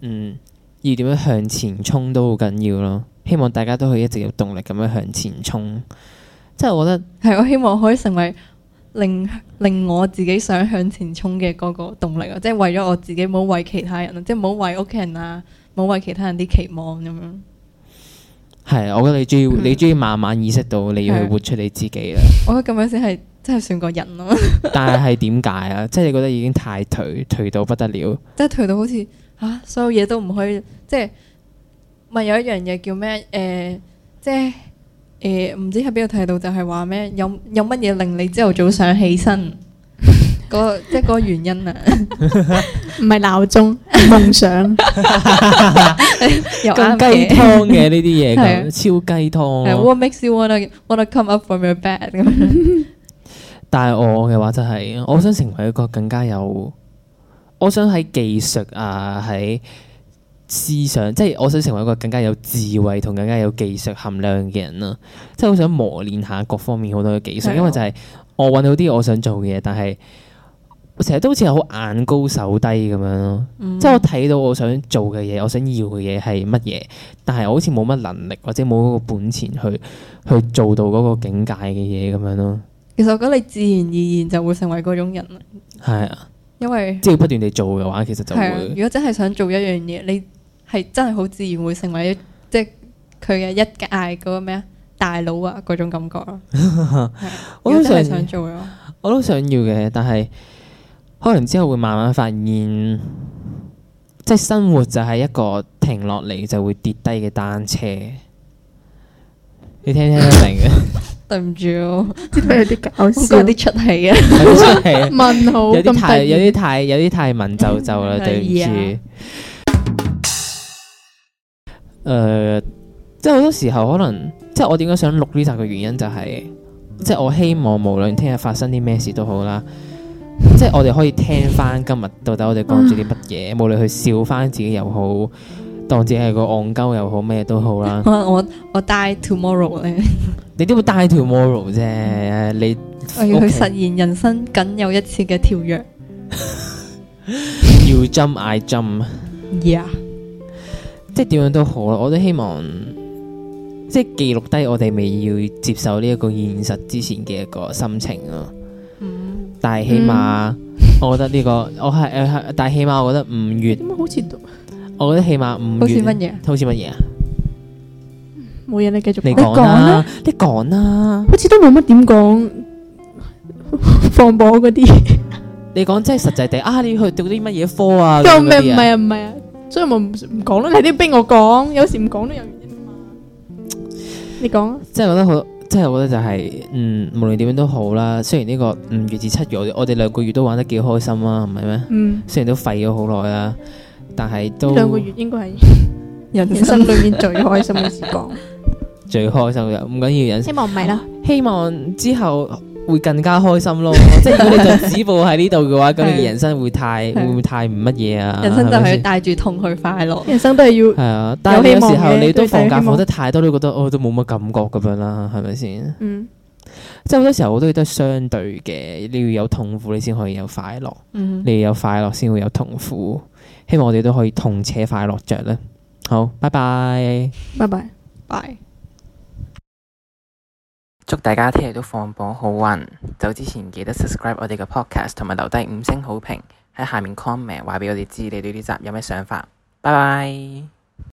S4: 嗯，要點樣向前衝都好緊要咯。希望大家都可以一直有動力咁樣向前衝。即係我覺得
S2: 係我希望可以成為令令我自己想向前衝嘅嗰個動力啊！即係為咗我自己，唔好為其他人啊，即係唔好為屋企人啊，唔好為其他人啲期望咁樣。
S4: 係啊，我覺得你中意
S2: 嗯
S4: 你中意慢慢意識到你要去
S2: 係
S4: 活出你自己啦。
S2: 我覺得咁樣先係真係算個人咯，
S4: 但係係點解啊？即係你覺得已經太頹，頹到不得了。
S2: 即係退到好似嚇、啊所有嘢都唔可以，即係咪有一樣嘢叫咩？誒、即係誒唔知喺邊度睇到，就係話咩有有乜嘢令你朝頭早想起身？嗰個即係嗰個原因啊，
S1: 唔係鬧鐘，係夢想。
S2: 又啱
S4: 咁雞
S2: 嘅。
S4: 湯嘅呢啲嘢
S2: 係啊
S4: 咁，超雞湯
S2: 係啊
S4: 咯。
S2: What makes you wanna wanna come up from your bed 咁樣？
S4: 但係我嘅話就係、我想成為一個更加有，我想喺技術啊，喺思想，即係我想成為一個更加有智慧同更加有技術含量嘅人啦。即係好想磨練下各方面好多嘅技
S2: 係
S4: 術，
S2: 啊
S4: 因為就係我揾到啲我想做嘅嘢，但係我成日都好似係好眼高手低咁樣咯。
S2: 嗯
S4: 即係我睇到我想做嘅嘢，我想要嘅嘢係乜嘢，但係我好似冇乜能力或者冇嗰個本錢去去做到嗰個境界嘅嘢咁樣咯。
S2: 其實我覺得你自然而然就會成為嗰種人啦，
S4: 係啊，
S2: 因為
S4: 即係要不斷地做嘅話，其實就
S2: 係啊，
S4: 會
S2: 如果真係想做一樣嘢，你係真係好自然會成為一即係佢嘅一屆嗰個咩啊大佬啊嗰種感覺咯。係啊如
S4: 我
S2: 果
S4: 都
S2: 真係
S4: 想
S2: 想做咯，
S4: 我都想要嘅，但係可能之後會慢慢發現，即係生活就係一個停落嚟就會跌低嘅單車。你聽聽得明啊 嘅，
S2: 對唔住咯，
S1: 即係有啲搞
S2: 我覺得有啲出戲啊，
S4: 有啲係
S1: 問號
S4: 有
S1: 咁
S4: 啲
S1: 突
S4: 太
S1: 然
S4: 有啲太有啲太文縐縐啦，
S2: 係
S4: 對唔
S2: 啊
S4: 住。誒，呃即係好多時候可能，即係我點解想錄呢集嘅原因就係、即係我希望無論聽日發生啲咩事都好啦，即係我哋可以聽翻今日到底我哋講咗啲乜嘢，無論去笑翻自己又好，當自己係個戇鳩又好，咩都好啦。
S2: 可能 我我 die tomorrow 咧，
S4: 你都會 die tomorrow 啫，你
S2: 我要去
S4: OK
S2: 實現人生僅有一次嘅跳躍。
S4: 要 jump I jump，
S2: Yeah，
S4: 即係點樣都好啦，我都希望。即係記錄低我哋未要接受呢一個現實之前嘅一個心情咯。
S2: 嗯，
S4: 但係起碼，我覺得呢、個我係誒係但係起碼我覺得五月，
S1: 點解好似都
S4: 我覺得起碼五月
S2: 好似乜嘢？
S4: 好似乜嘢啊？
S1: 冇嘢？你繼續
S4: 你
S1: 講
S4: 講
S1: 啦，
S4: 啦，你講啦，
S1: 好似都冇乜點講放榜嗰啲，
S4: 你講真係實際地啊！你去讀啲乜嘢科啊？
S1: 救
S4: 咁
S1: 命！
S4: 樣
S1: 唔
S4: 嗰啲啊
S1: 係啊，唔係啊，所以我咪唔唔講咯。你都要逼我講，有時唔講都有原因啊嘛。你講啊，
S4: 即係覺得好，即係我覺得就係、嗯，無論點樣都好啦。雖然呢個五月至七月，我哋我哋兩個月都玩得幾開心啊，唔係咩？
S1: 嗯，
S4: 雖然都廢咗好耐啦，但係
S1: 呢
S4: 都
S1: 兩個月應該係
S2: 人
S1: 人
S2: 生
S1: 生 裏面最開心嘅時光。
S4: 最開心嘅，唔緊要人生。
S1: 希望唔係啦，
S4: 希望之後會更加開心 咯。即係如果你就止步喺呢度嘅話，咁你
S2: 係
S4: 人生會太
S2: 係
S4: 會唔會太唔乜嘢啊？
S2: 人生就
S4: 咪
S2: 係
S4: 先
S2: 帶住痛去快樂。
S1: 人生都係要
S4: 係啊，但係
S1: 有
S4: 有
S1: 希望
S4: 時候
S1: 嘅
S4: 你都
S1: 對
S4: 放
S1: 世界
S4: 假
S1: 希望
S4: 放得太多，都覺得哦都冇乜感覺咁樣啦，係咪先？
S1: 嗯
S4: 即係好多時候好多嘢都係相對嘅，你要有痛苦你先可以有快樂，
S2: 嗯，
S4: 你要有快樂先會有痛苦。希望我哋都可以痛且快樂着啦。好，拜拜。
S1: 拜拜。
S2: 拜。
S5: 祝大家聽日都放榜好運！走之前記得 subscribe 我哋嘅 podcast，同埋留低五星好評，喺下面 comment 話俾我哋知你對呢集有咩想法。拜拜。